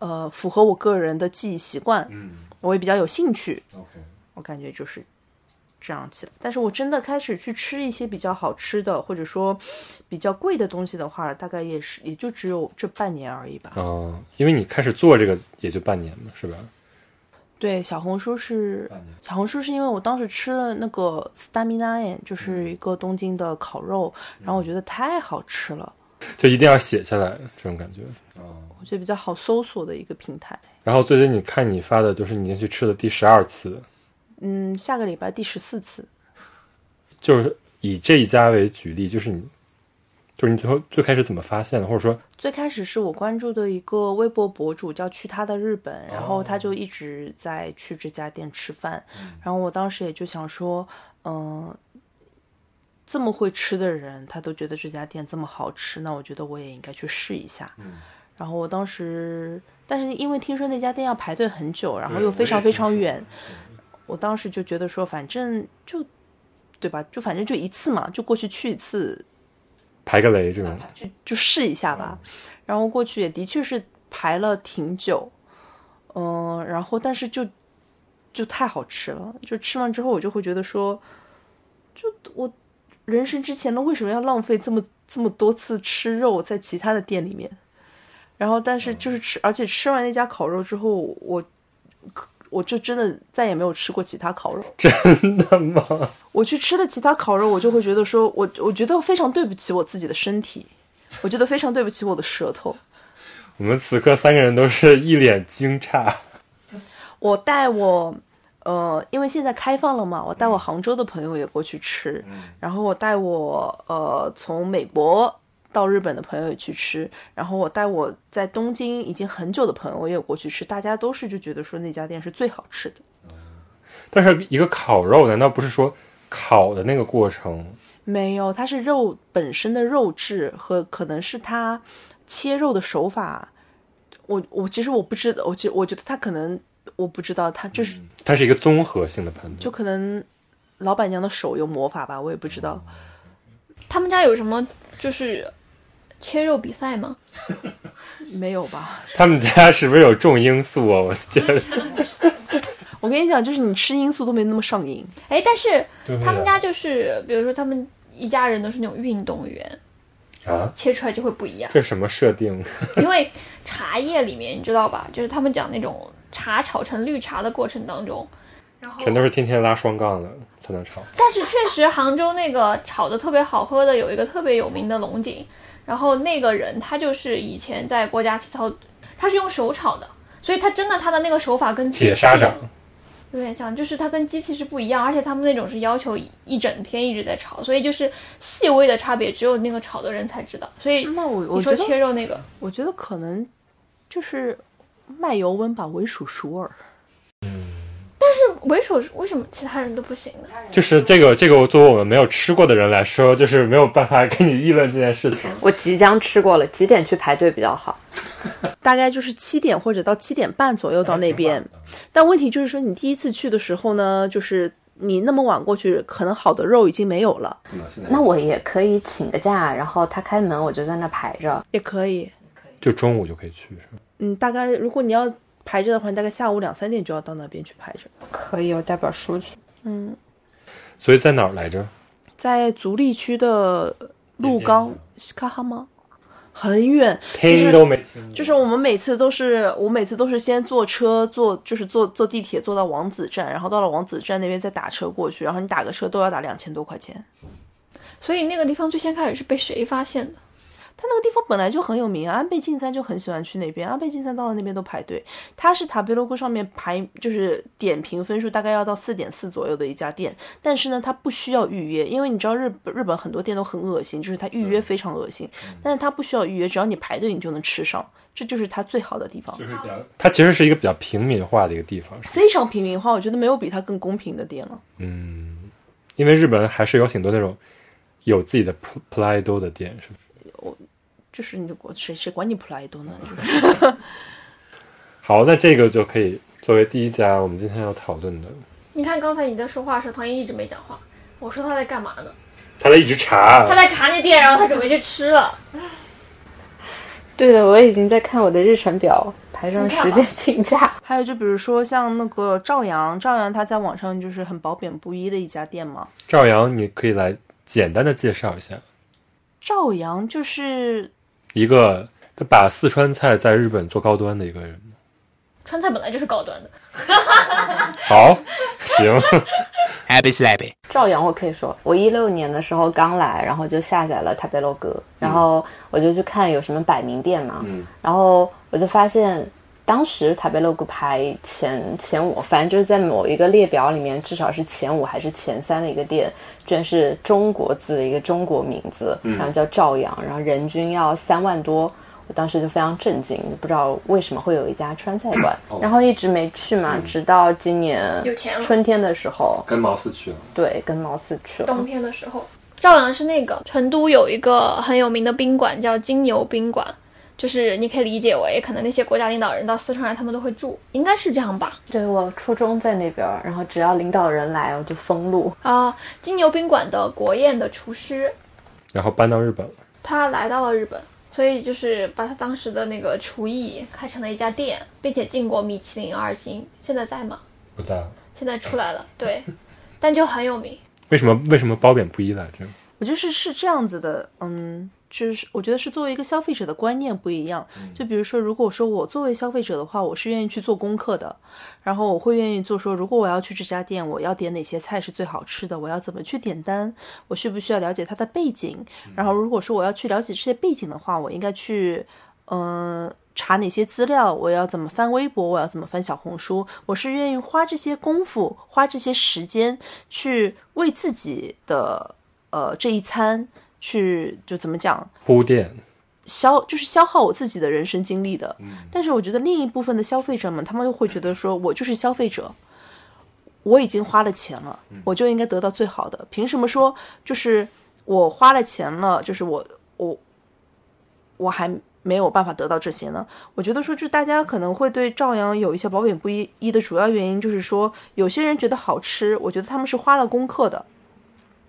Speaker 4: 呃符合我个人的记忆习惯，
Speaker 2: 嗯
Speaker 4: 我也比较有兴趣。
Speaker 2: ，OK，
Speaker 4: 我感觉就是这样起来。但是我真的开始去吃一些比较好吃的，或者说比较贵的东西的话，大概也是也就只有这半年而已吧。
Speaker 2: 嗯，因为你开始做这个也就半年嘛，是吧？
Speaker 4: 对，小红书是
Speaker 2: 半年
Speaker 4: 小红书是因为我当时吃了那个 stamina n 就是一个东京的烤肉，然后我觉得太好吃了，
Speaker 2: 就一定要写下来这种感觉。
Speaker 4: 我觉得比较好搜索的一个平台。
Speaker 2: 然后最近你看你发的就是你已经去吃了第十二次，
Speaker 4: 嗯，下个礼拜第十四次，
Speaker 2: 就是以这一家为举例，就是你，就是你最后最开始怎么发现的，或者说
Speaker 4: 最开始是我关注的一个微博博主叫去他的日本，然后他就一直在去这家店吃饭，然后我当时也就想说，嗯、这么会吃的人，他都觉得这家店这么好吃，那我觉得我也应该去试一下。然后我当时，但是因为听说那家店要排队很久，然后又非常非常远，我当时就觉得说，反正就，对吧？就反正就一次嘛，就过去去一次，
Speaker 2: 啊排个雷这种，
Speaker 4: 就就试一下
Speaker 2: 嗯
Speaker 4: 吧。然后过去也的确是排了挺久，嗯、然后但是就就太好吃了，就吃完之后我就会觉得说，就我人生之前了，为什么要浪费这么这么多次吃肉在其他的店里面？然后但是
Speaker 2: 嗯
Speaker 4: 就是吃，而且吃完那家烤肉之后，我我就真的再也没有吃过其他烤肉。
Speaker 2: 真的吗？
Speaker 4: 我去吃了其他烤肉，我就会觉得说，我我觉得非常对不起我自己的身体，我觉得非常对不起我的舌头。
Speaker 2: 我们此刻三个人都是一脸惊诧。
Speaker 4: 我带我，呃，因为现在开放了嘛，我带我杭州的朋友也过去吃，然后我带我呃从美国到日本的朋友也去吃，然后我带我在东京已经很久的朋友也有过去吃，大家都是就觉得说那家店是最好吃的。
Speaker 2: 但是一个烤肉，难道不是说烤的那个过程？
Speaker 4: 没有，它是肉本身的肉质和可能是它切肉的手法。我我其实我不知道，我觉我觉得它可能我不知道，它就是、
Speaker 2: 它是一个综合性的判
Speaker 4: 就
Speaker 2: 断。
Speaker 4: 可能老板娘的手有魔法吧，我也不知道。
Speaker 3: 他们家有什么就是切肉比赛吗？
Speaker 4: 没有吧？
Speaker 2: 他们家是不是有重因素啊？我觉 得，
Speaker 4: 我跟你讲，就是你吃罂粟都没那么上瘾。
Speaker 3: 哎，但是
Speaker 2: 对啊
Speaker 3: 他们家就是，比如说他们一家人都是那种运动员，
Speaker 2: 啊，
Speaker 3: 切出来就会不一样。
Speaker 2: 这什么设定？
Speaker 3: 因为茶叶里面你知道吧，就是他们讲那种茶炒成绿茶的过程当中，
Speaker 2: 全都是天天拉双杠的才能炒。
Speaker 3: 但是确实杭州那个炒的特别好喝的有一个特别有名的龙井，然后那个人他就是以前在国家体操，他是用手炒的，所以他真的他的那个手法跟机器
Speaker 2: 铁砂掌，
Speaker 3: 有点像，就是它跟机器是不一样，而且他们那种是要求一整天一直在炒，所以就是细微的差别只有那个炒的人才知道。所以
Speaker 4: 那我我
Speaker 3: 你
Speaker 4: 觉
Speaker 3: 说
Speaker 4: 得
Speaker 3: 切肉那个，
Speaker 4: 我觉得可能就是卖油温吧，为属熟尔。
Speaker 3: 为首为什么其他人都不行呢？
Speaker 2: 就是这个这个，作为我们没有吃过的人来说，就是没有办法跟你议论这件事情。
Speaker 6: 我即将吃过了，几点去排队比较好？
Speaker 4: 大概就是七点或者到七点半左右到那边。但问题就是说，你第一次去的时候呢，就是你那么晚过去，可能好的肉已经没有了，
Speaker 6: 那我也可以请个假，然后他开门我就在那排着。
Speaker 4: 也可以。
Speaker 2: 就中午就可以去，是吧？
Speaker 4: 嗯，大概如果你要排着的话，你大概下午两三点就要到那边去排着。
Speaker 6: 可以，我带本书去。
Speaker 2: 所以在哪儿来着？
Speaker 4: 在足立区的鹿
Speaker 2: 边嗯
Speaker 4: 港
Speaker 2: 吗
Speaker 4: 西卡哈吗？很远，就
Speaker 2: 听都
Speaker 4: 是
Speaker 2: 没听过，
Speaker 4: 就是我们每次都是我每次都是先坐车坐就是坐坐地铁坐到王子站，然后到了王子站那边再打车过去，然后你打个车都要打两千多块钱。
Speaker 3: 所以那个地方最先开始是被谁发现的？
Speaker 4: 他那个地方本来就很有名啊，安倍晋三就很喜欢去那边。安倍晋三到了那边都排队，他是塔贝罗库上面排就是点评分数大概要到四点四左右的一家店，但是呢，他不需要预约，因为你知道日本日本很多店都很恶心，就是他预约非常恶心，
Speaker 2: 嗯
Speaker 4: 但是他不需要预约，只要你排队你就能吃上，这就是他最好的地方，
Speaker 2: 就是比较，它其实是一个比较平民化的一个地方，是吧
Speaker 4: 非常平民化，我觉得没有比他更公平的店了。
Speaker 2: 因为日本还是有挺多那种有自己的 pl- Play-Doh 的店，是不是？
Speaker 4: 就是你管谁谁管你普莱多呢？就是
Speaker 2: 好，那这个就可以作为第一家我们今天要讨论的，
Speaker 3: 你看刚才你在说话的时候，唐嫣一直没讲话。我说他在干嘛呢？
Speaker 2: 他在一直查
Speaker 3: 他，在查那店，然后他准备去吃了。
Speaker 6: 对的，我已经在看我的日程表，排上时间请假。
Speaker 4: 还有就比如说像那个赵阳，赵阳他在网上就是很褒贬不一的一家店嘛，
Speaker 2: 赵阳，你可以来简单的介绍一下
Speaker 4: 赵阳就是
Speaker 2: 一个他把四川菜在日本做高端的一个人。
Speaker 3: 川菜本来就是高端的，
Speaker 2: 好，行，
Speaker 7: Happy slappy.
Speaker 6: 赵阳，我可以说，我一六年的时候刚来，然后就下载了塔贝罗哥，然后我就去看有什么百名店嘛，然后我就发现。当时塔贝洛谷排前前五，反正就是在某一个列表里面，至少是前五还是前三的一个店，居然是中国字的一个中国名字，然后叫赵阳，然后人均要三万多。我当时就非常震惊，不知道为什么会有一家川菜馆，然后一直没去嘛，直到今年
Speaker 3: 嗯有钱了
Speaker 6: 春天的时候，
Speaker 2: 跟毛四去了。
Speaker 6: 对，跟毛四去了。
Speaker 3: 冬天的时候，赵阳是那个成都有一个很有名的宾馆叫金牛宾馆，就是你可以理解为可能那些国家领导人到四川来，他们都会住，应该是这样吧？
Speaker 6: 对我初中在那边儿，然后只要领导人来，我就封路。
Speaker 3: 啊，金牛宾馆的国宴的厨师
Speaker 2: 然后搬到日本了。
Speaker 3: 他来到了日本，所以就是把他当时的那个厨艺开成了一家店，并且进过米其林二星，现在在吗？
Speaker 2: 不在。
Speaker 3: 现在出来了，对，但就很有名。
Speaker 2: 为什么为什么褒贬不一来着？
Speaker 4: 我觉得是是这样子的，嗯，就是我觉得是作为一个消费者的观念不一样。就比如说，如果说我作为消费者的话，我是愿意去做功课的，然后我会愿意做说，如果我要去这家店，我要点哪些菜是最好吃的，我要怎么去点单，我需不需要了解它的背景？然后如果说我要去了解这些背景的话，我应该去，嗯、查哪些资料？我要怎么翻微博？我要怎么翻小红书？我是愿意花这些功夫，花这些时间去为自己的呃这一餐去就怎么讲
Speaker 2: 铺垫，
Speaker 4: 消，就是消耗我自己的人生精力的。但是我觉得另一部分的消费者们，他们就会觉得说我就是消费者，我已经花了钱了，我就应该得到最好的。凭什么说就是我花了钱了，就是我我我还没有办法得到这些呢？我觉得说，就大家可能会对赵阳有一些褒贬不一一的主要原因，就是说有些人觉得好吃，我觉得他们是花了功课的，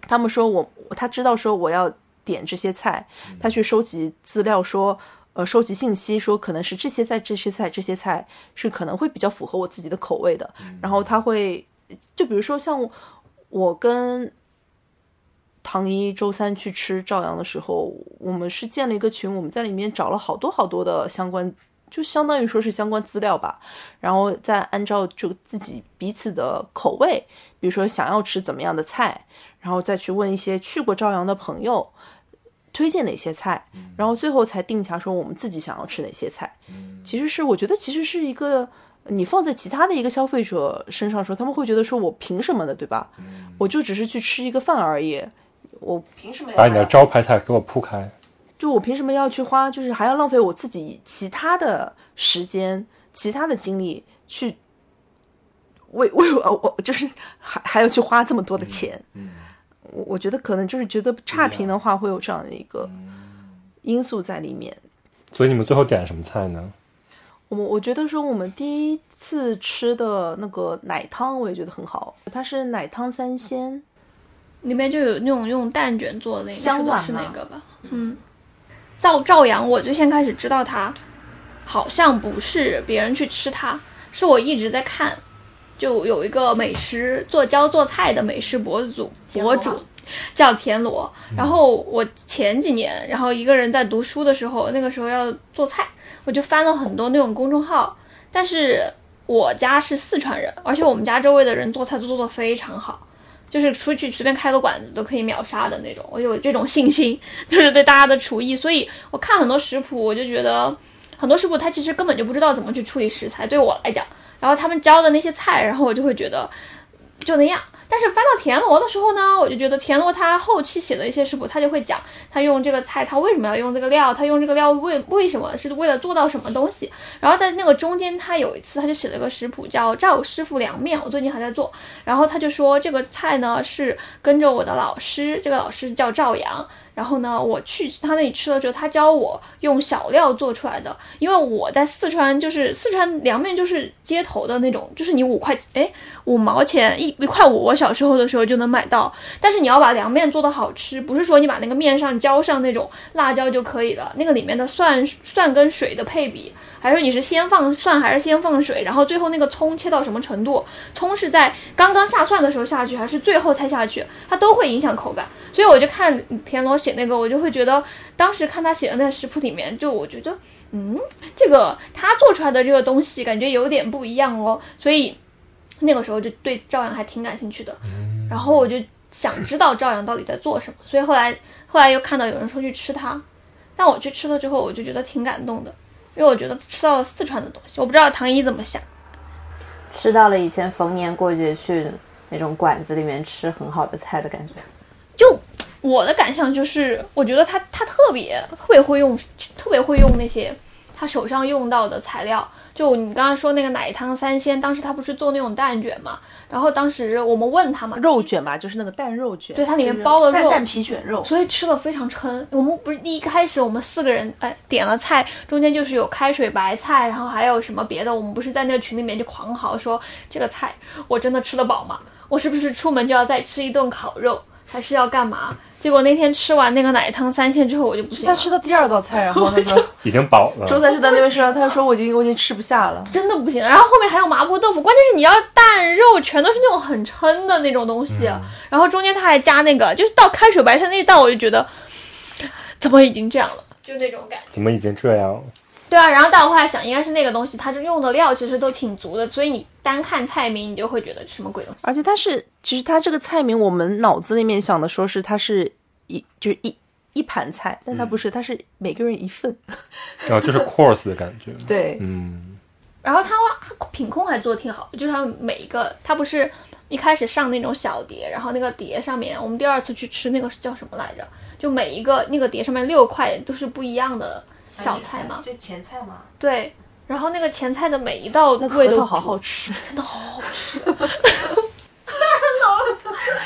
Speaker 4: 他们说我他知道说我要点这些菜，他去收集资料说。呃，收集信息说可能是这些菜、这些菜、这些菜是可能会比较符合我自己的口味的。然后他会，就比如说像我我跟唐一周三去吃赵阳的时候，我们是建了一个群，我们在里面找了好多好多的相关，就相当于说是相关资料吧，然后再按照就自己彼此的口味，比如说想要吃怎么样的菜，然后再去问一些去过赵阳的朋友。推荐哪些菜，然后最后才定下说我们自己想要吃哪些菜。其实是我觉得其实是一个你放在其他的一个消费者身上说，他们会觉得说我凭什么呢，对吧？我就只是去吃一个饭而已，我凭什么要
Speaker 2: 哎把你的招牌菜给我铺开。
Speaker 4: 就我凭什么要去花，就是还要浪费我自己其他的时间、其他的精力去为为我我就是还还要去花这么多的钱？我我觉得可能就是觉得差评的话会有这样的一个因素在里面。
Speaker 2: 所以你们最后点了什么菜呢？
Speaker 4: 我们我觉得说我们第一次吃的那个奶汤，我也觉得很好，它是奶汤三鲜，
Speaker 3: 里面就有那种用蛋卷做的那个，
Speaker 4: 香丸
Speaker 3: 是
Speaker 4: 嘛
Speaker 3: 那个吧？嗯，赵赵阳，我最先开始知道他，好像不是别人去吃它，是我一直在看，就有一个美食做教做菜的美食博主，博主，叫田螺。然后我前几年，然后一个人在读书的时候，那个时候要做菜，我就翻了很多那种公众号。但是我家是四川人，而且我们家周围的人做菜都做得非常好，就是出去随便开个馆子都可以秒杀的那种。我有这种信心，就是对大家的厨艺。所以我看很多食谱，我就觉得很多食谱他其实根本就不知道怎么去处理食材，对我来讲。然后他们教的那些菜，然后我就会觉得就那样。但是翻到田螺的时候呢，我就觉得田螺它后期写的一些食谱，它就会讲它用这个菜，它为什么要用这个料，它用这个料为为什么是为了做到什么东西。然后在那个中间，他有一次他就写了个食谱叫赵师傅凉面，我最近还在做。然后他就说这个菜呢是跟着我的老师，这个老师叫赵阳。然后呢，我去他那里吃了之后，他教我用小料做出来的。因为我在四川，就是四川凉面就是街头的那种，就是你五块哎五毛钱一一块五，我小时候的时候就能买到。但是你要把凉面做的好吃，不是说你把那个面上浇上那种辣椒就可以了，那个里面的蒜蒜跟水的配比，还是你是先放蒜还是先放水，然后最后那个葱切到什么程度，葱是在刚刚下蒜的时候下去，还是最后才下去，它都会影响口感。所以我就看田螺写那个，我就会觉得，当时看他写的那食谱里面，就我觉得，嗯，这个他做出来的这个东西感觉有点不一样哦，所以那个时候就对赵阳还挺感兴趣的，然后我就想知道赵阳到底在做什么，所以后来后来又看到有人说去吃它，但我去吃了之后，我就觉得挺感动的，因为我觉得吃到了四川的东西，我不知道唐一怎么想。
Speaker 6: 吃到了以前逢年过节去那种馆子里面吃很好的菜的感觉。
Speaker 3: 就我的感想就是，我觉得他他特别特别会用，特别会用那些他手上用到的材料。就你刚刚说那个奶汤三鲜，当时他不是做那种蛋卷嘛，然后当时我们问他嘛，
Speaker 4: 肉卷吧，就是那个蛋肉卷，
Speaker 3: 对，它里面包了
Speaker 1: 蛋
Speaker 3: 肉，
Speaker 1: 蛋皮卷肉，
Speaker 3: 所以吃的非常撑。我们不是一开始我们四个人哎点了菜，中间就是有开水白菜，然后还有什么别的，我们不是在那个群里面就狂嚎说这个菜我真的吃得饱吗？我是不是出门就要再吃一顿烤肉，还是要干嘛？结果那天吃完那个奶汤三鲜之后，我就不行
Speaker 4: 他
Speaker 3: 了，
Speaker 4: 吃到第二道菜，然后那个
Speaker 2: 已经饱
Speaker 4: 周
Speaker 2: 了。
Speaker 4: 三是在那边吃了，他说我已经我已经吃不下了。
Speaker 3: 真的不行。然后后面还有麻婆豆腐，关键是你要蛋肉全都是那种很撑的那种东西，啊然后中间他还加那个，就是到开水白菜那一道，我就觉得怎么已经这样了，就那种感觉。
Speaker 2: 怎么已经这样了？
Speaker 3: 对啊，然后到我后来想，应该是那个东西，它就用的料其实都挺足的，所以你单看菜名，你就会觉得什么鬼东西。
Speaker 4: 而且它是，其实它这个菜名，我们脑子里面想的说是它是一就是一一盘菜，但它不是，它是每个人一份。
Speaker 2: 然后哦就是 course 的感觉。
Speaker 4: 对，
Speaker 2: 嗯，
Speaker 3: 然后它它品控还做的挺好，就是它每一个，它不是一开始上那种小碟，然后那个碟上面，我们第二次去吃那个是叫什么来着？就每一个那个碟上面六块都是不一样的小菜嘛，
Speaker 1: 就前菜嘛，
Speaker 3: 对。然后那个前菜的每一道
Speaker 4: 那
Speaker 3: 味
Speaker 4: 核
Speaker 3: 都
Speaker 4: 桃好好吃，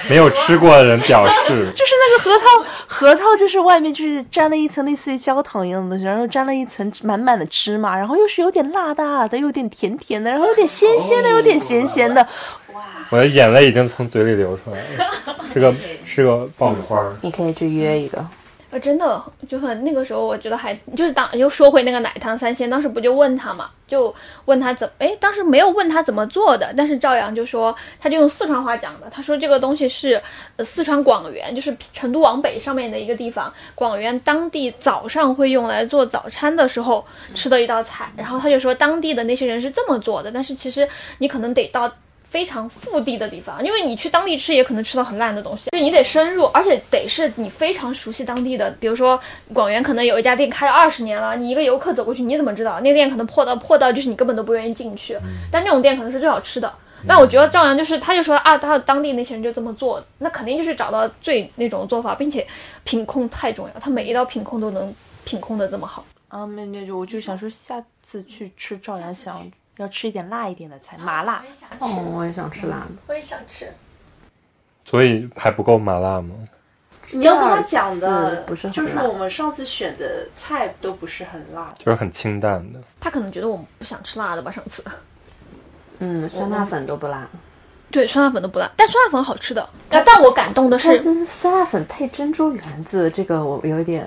Speaker 2: 没有吃过的人表示，
Speaker 4: 就是那个核桃，核桃就是外面就是沾了一层类似于焦糖一样的东西，然后沾了一层满满的芝麻，然后又是有点辣辣的，又有点甜甜的，然后有点鲜鲜的，有点咸咸的，
Speaker 2: 我的眼泪已经从嘴里流出来了。是个是个爆米花，
Speaker 6: 你可以去约一个，
Speaker 3: 呃，真的就很那个时候，我觉得还就是当又说回那个奶汤三鲜，当时不就问他嘛，就问他怎么，哎，当时没有问他怎么做的，但是赵阳就说，他就用四川话讲的，他说这个东西是、呃、四川广元，就是成都往北上面的一个地方，广元当地早上会用来做早餐的时候吃的一道菜，然后他就说当地的那些人是这么做的，但是其实你可能得到。非常腹地的地方，因为你去当地吃也可能吃到很烂的东西，所以你得深入，而且得是你非常熟悉当地的。比如说广元可能有一家店开了二十年了，你一个游客走过去，你怎么知道那店可能破到破到就是你根本都不愿意进去？但那种店可能是最好吃的。但我觉得赵阳就是，他就说啊，他当地那些人就这么做，那肯定就是找到最那种做法，并且品控太重要，他每一道品控都能品控的这么好。
Speaker 4: 啊，没那就我就想说，下次去吃赵阳想要吃一点辣一点的菜，麻
Speaker 3: 啊
Speaker 4: 辣。
Speaker 6: 哦，我也想吃辣的。
Speaker 3: 我也想吃，
Speaker 2: 所以还不够麻辣吗？
Speaker 1: 你要跟他讲的
Speaker 6: 不是很
Speaker 1: 就是
Speaker 6: 辣
Speaker 1: 我们上次选的菜都不是很辣，
Speaker 2: 就是很清淡的。
Speaker 3: 他可能觉得我们不想吃辣的吧，上次。
Speaker 6: 嗯，酸辣粉都不辣，
Speaker 3: 对，酸辣粉都不辣，但酸辣粉好吃的。但但我感动的
Speaker 6: 但
Speaker 3: 是，
Speaker 6: 是酸辣粉配珍珠圆子，这个我有点，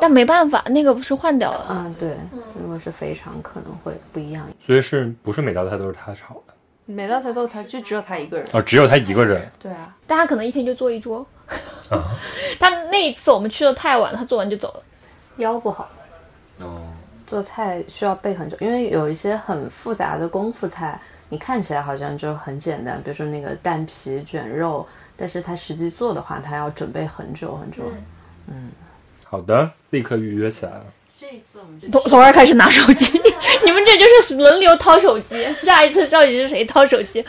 Speaker 3: 但没办法，那个不是换掉了。
Speaker 6: 啊嗯，对，如果是肥肠可能会不一样。
Speaker 2: 所以是不是每道菜都是他炒的？
Speaker 4: 每道菜都是他，就只有他一个人。
Speaker 2: 哦，只有他一个人，
Speaker 4: 对啊，
Speaker 3: 但他可能一天就做一桌。 他那一次我们去的太晚了，他做完就走了。
Speaker 6: 腰不好。
Speaker 2: 哦，
Speaker 6: 做菜需要备很久，因为有一些很复杂的功夫菜，你看起来好像就很简单，比如说那个蛋皮卷肉，但是它实际做的话，它要准备很久很久。
Speaker 2: 好的，立刻预约起来了。
Speaker 6: 这一次我们就
Speaker 3: 从从这儿开始拿手机， 你们这就是轮流掏手机，下一次到底是谁掏手机？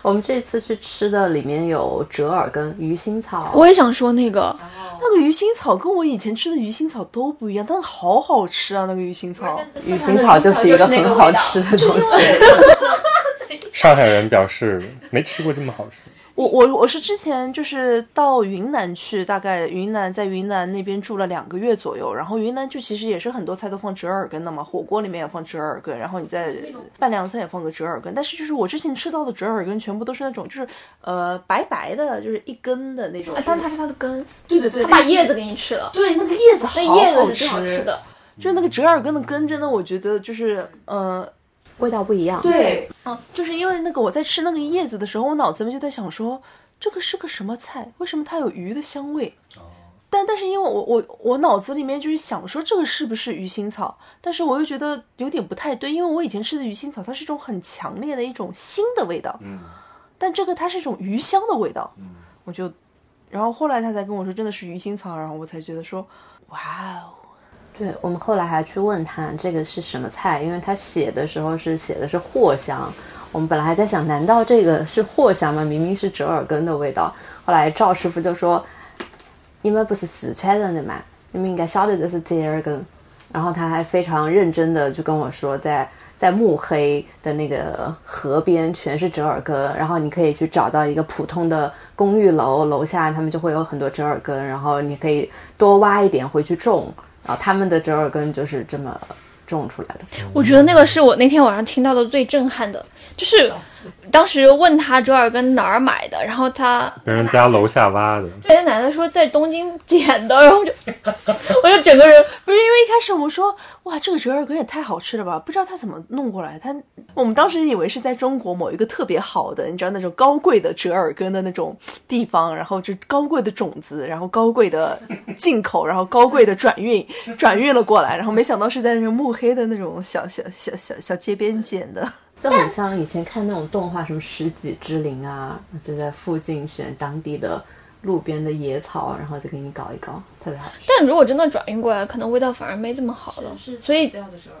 Speaker 6: 我们这次去吃的里面有折耳根、鱼腥草，
Speaker 3: 我也想说那个，
Speaker 4: 那个鱼腥草跟我以前吃的鱼腥草都不一样，但好好吃啊！那个鱼腥草，嗯
Speaker 6: 鱼腥草就是一个很好吃的东西。
Speaker 2: 上海人表示没吃过这么好吃，
Speaker 4: 我我我是之前就是到云南去，大概云南在云南那边住了两个月左右，然后云南就其实也是很多菜都放折耳根的嘛，火锅里面也放折耳根，然后你在拌凉菜也放个折耳根，但是就是我之前吃到的折耳根全部都是那种就是呃白白的，就是一根的那种，
Speaker 3: 啊但它是它的根，
Speaker 4: 对对对，
Speaker 3: 它把叶子给你吃了，
Speaker 4: 对那个叶子好
Speaker 3: 那叶子
Speaker 4: 好
Speaker 3: 是最好吃的。
Speaker 4: 就那个折耳根的根真的我觉得就是呃
Speaker 6: 味道不一样。
Speaker 4: 对，啊，就是因为那个我在吃那个叶子的时候，我脑子里面就在想说，这个是个什么菜？为什么它有鱼的香味？但但是因为我我我脑子里面就是想说这个是不是鱼腥草，但是我又觉得有点不太对，因为我以前吃的鱼腥草它是一种很强烈的一种腥的味道，
Speaker 2: 嗯，
Speaker 4: 但这个它是一种鱼香的味道，我就，然后后来他才跟我说真的是鱼腥草，然后我才觉得说，哇哦，
Speaker 6: 对我们后来还去问他这个是什么菜，因为他写的时候是写的是藿香，我们本来还在想，难道这个是藿香吗？明明是折耳根的味道。后来赵师傅就说：“你们不是四川人的嘛，你们应该晓得这是折耳根。”然后他还非常认真的就跟我说在，在慕黑的那个河边全是折耳根，然后你可以去找到一个普通的公寓楼，楼下他们就会有很多折耳根，然后你可以多挖一点回去种，然后他们的折耳根就是这么种出来 的。
Speaker 3: 我觉得那个是我那天晚上听到的最震撼的，就是当时问他折耳根哪儿买的，然后他
Speaker 2: 别人家楼下挖的，
Speaker 3: 那奶奶说在东京捡的，然后我就我就整个人
Speaker 4: 不是因为一开始我们说，哇，这个折耳根也太好吃了吧？不知道他怎么弄过来。他我们当时以为是在中国某一个特别好的，你知道那种高贵的折耳根的那种地方，然后就高贵的种子，然后高贵的进口，然后高贵的转运， 转运了过来。然后没想到是在那种慕黑的那种小小小小小街边捡的。
Speaker 6: 就很像以前看那种动画，什么《十几之灵》啊，就在附近选当地的路边的野草，然后就给你搞一搞，特别好吃。
Speaker 3: 但如果真的转运过来，可能味道反而没这么好了，所以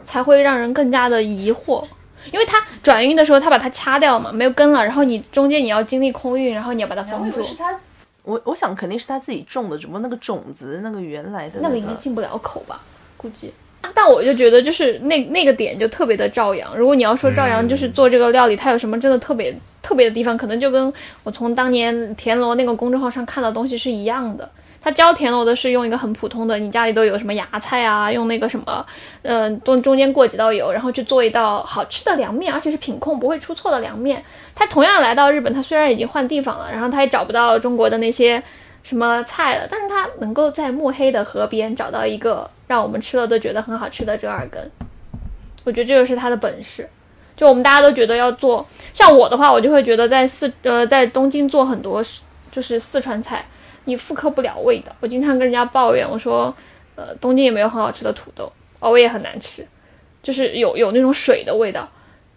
Speaker 3: 才会让人更加的疑惑。因为它转运的时候，它把它掐掉嘛，没有根了，然后你中间你要经历空运，然后你要把它封住，
Speaker 4: 他，嗯我我想肯定是他自己种的，只不过那个种子那个原来的、
Speaker 3: 那个
Speaker 4: 个
Speaker 3: 应该进不了口吧，估计。但我就觉得，就是那那个点就特别的赵阳。如果你要说赵阳
Speaker 4: 嗯
Speaker 3: 就是做这个料理，它有什么真的特别特别的地方，可能就跟我从当年田螺那个公众号上看到的东西是一样的。他教田螺的是用一个很普通的，你家里都有什么芽菜啊，用那个什么，呃，中中间过几道油，然后去做一道好吃的凉面，而且是品控不会出错的凉面。他同样来到日本，他虽然已经换地方了，然后他也找不到中国的那些什么菜了，但是他能够在墨黑的河边找到一个让我们吃了都觉得很好吃的折耳根，我觉得这就是他的本事。就我们大家都觉得要做，像我的话，我就会觉得在四呃在东京做很多是就是四川菜，你复刻不了味道。我经常跟人家抱怨，我说，呃，东京也没有很好吃的土豆，哦，我也很难吃，就是有有那种水的味道，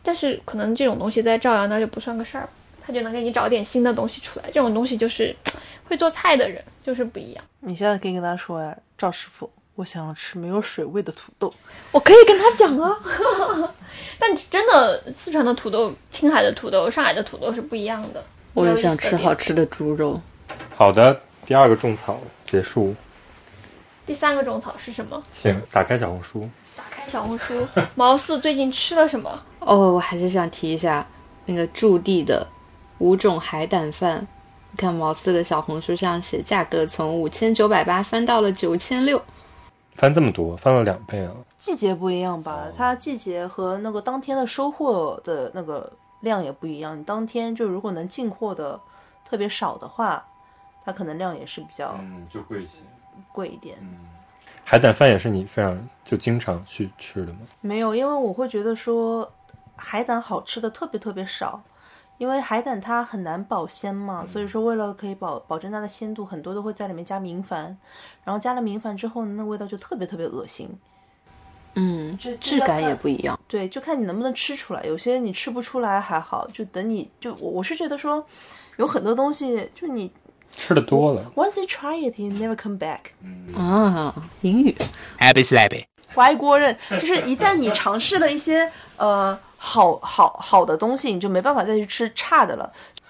Speaker 3: 但是可能这种东西在赵阳那就不算个事儿吧，他就能给你找点新的东西出来。这种东西就是会做菜的人就是不一样。
Speaker 4: 你现在可以跟他说呀，赵师傅，我想要吃没有水味的土豆。
Speaker 3: 我可以跟他讲啊， 但真的四川的土豆、青海的土豆、上海的土豆是不一样的。
Speaker 6: 我
Speaker 3: 也想吃好
Speaker 6: 吃的猪肉，
Speaker 2: 好的，第二个种草结束，
Speaker 3: 第三个种草是什么？
Speaker 2: 请打开小红书。
Speaker 3: 打开小红书，毛四最近吃了什么？
Speaker 6: 哦，我还是想提一下那个驻地的五种海胆饭。你看毛四的小红书上写，价格从五千九百八翻到了九千六。
Speaker 2: 翻这么多，翻了两倍啊！
Speaker 4: 季节不一样吧，它季节和那个当天的收获的那个量也不一样。你当天就如果能进货的特别少的话，它可能量也是比较
Speaker 2: 嗯，就嗯贵一些。
Speaker 4: 贵一点。
Speaker 2: 海胆饭也是你非常就经常去吃的吗？
Speaker 4: 没有，因为我会觉得说海胆好吃的特别特别少，因为海胆它很难保鲜嘛，所以说为了可以保保证它的鲜度，很多都会在里面加明矾，然后加了明矾之后呢，那味道就特别特别恶心。
Speaker 6: 嗯，
Speaker 4: 这这
Speaker 6: 质
Speaker 4: 个
Speaker 6: 感
Speaker 4: 看
Speaker 6: 也不一样。
Speaker 4: 对，就看你能不能吃出来。有些你吃不出来还好，就等你就我我是觉得说，有很多东西就你
Speaker 2: 吃的多了，
Speaker 4: once you try it you never come back。
Speaker 6: 啊，英语
Speaker 7: Happy slappy.
Speaker 4: 怀锅认，就是一旦你尝试了一些呃好好好的东西，你就没办法再去吃差的了。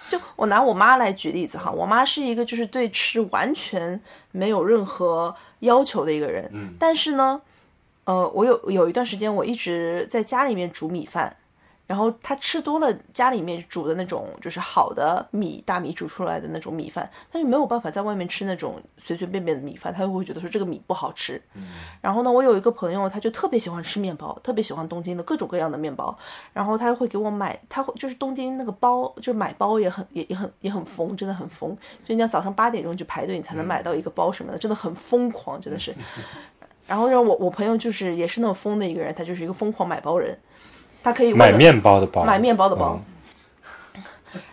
Speaker 4: 就我拿我妈来举例子哈，我妈是一个就是对吃完全没有任何要求的一个人，
Speaker 2: 嗯
Speaker 4: 但是呢，呃，我有有一段时间我一直在家里面煮米饭，然后她吃多了家里面煮的那种就是好的米大米煮出来的那种米饭，但是没有办法在外面吃那种随随便便的米饭，她就会觉得说这个米不好吃，然后呢，我有一个朋友，他就特别喜欢吃面包，特别喜欢东京的各种各样的面包。然后他会给我买，他会就是东京那个包，就是买包也很也也很也很疯，真的很疯。就你要早上八点钟去排队，你才能买到一个包什么的，真的很疯狂，真的是。然后让我我朋友就是也是那种疯的一个人，他就是一个疯狂买包人，他可以为
Speaker 2: 买
Speaker 4: 了
Speaker 2: 面包的包，
Speaker 4: 买面包的包
Speaker 2: 嗯，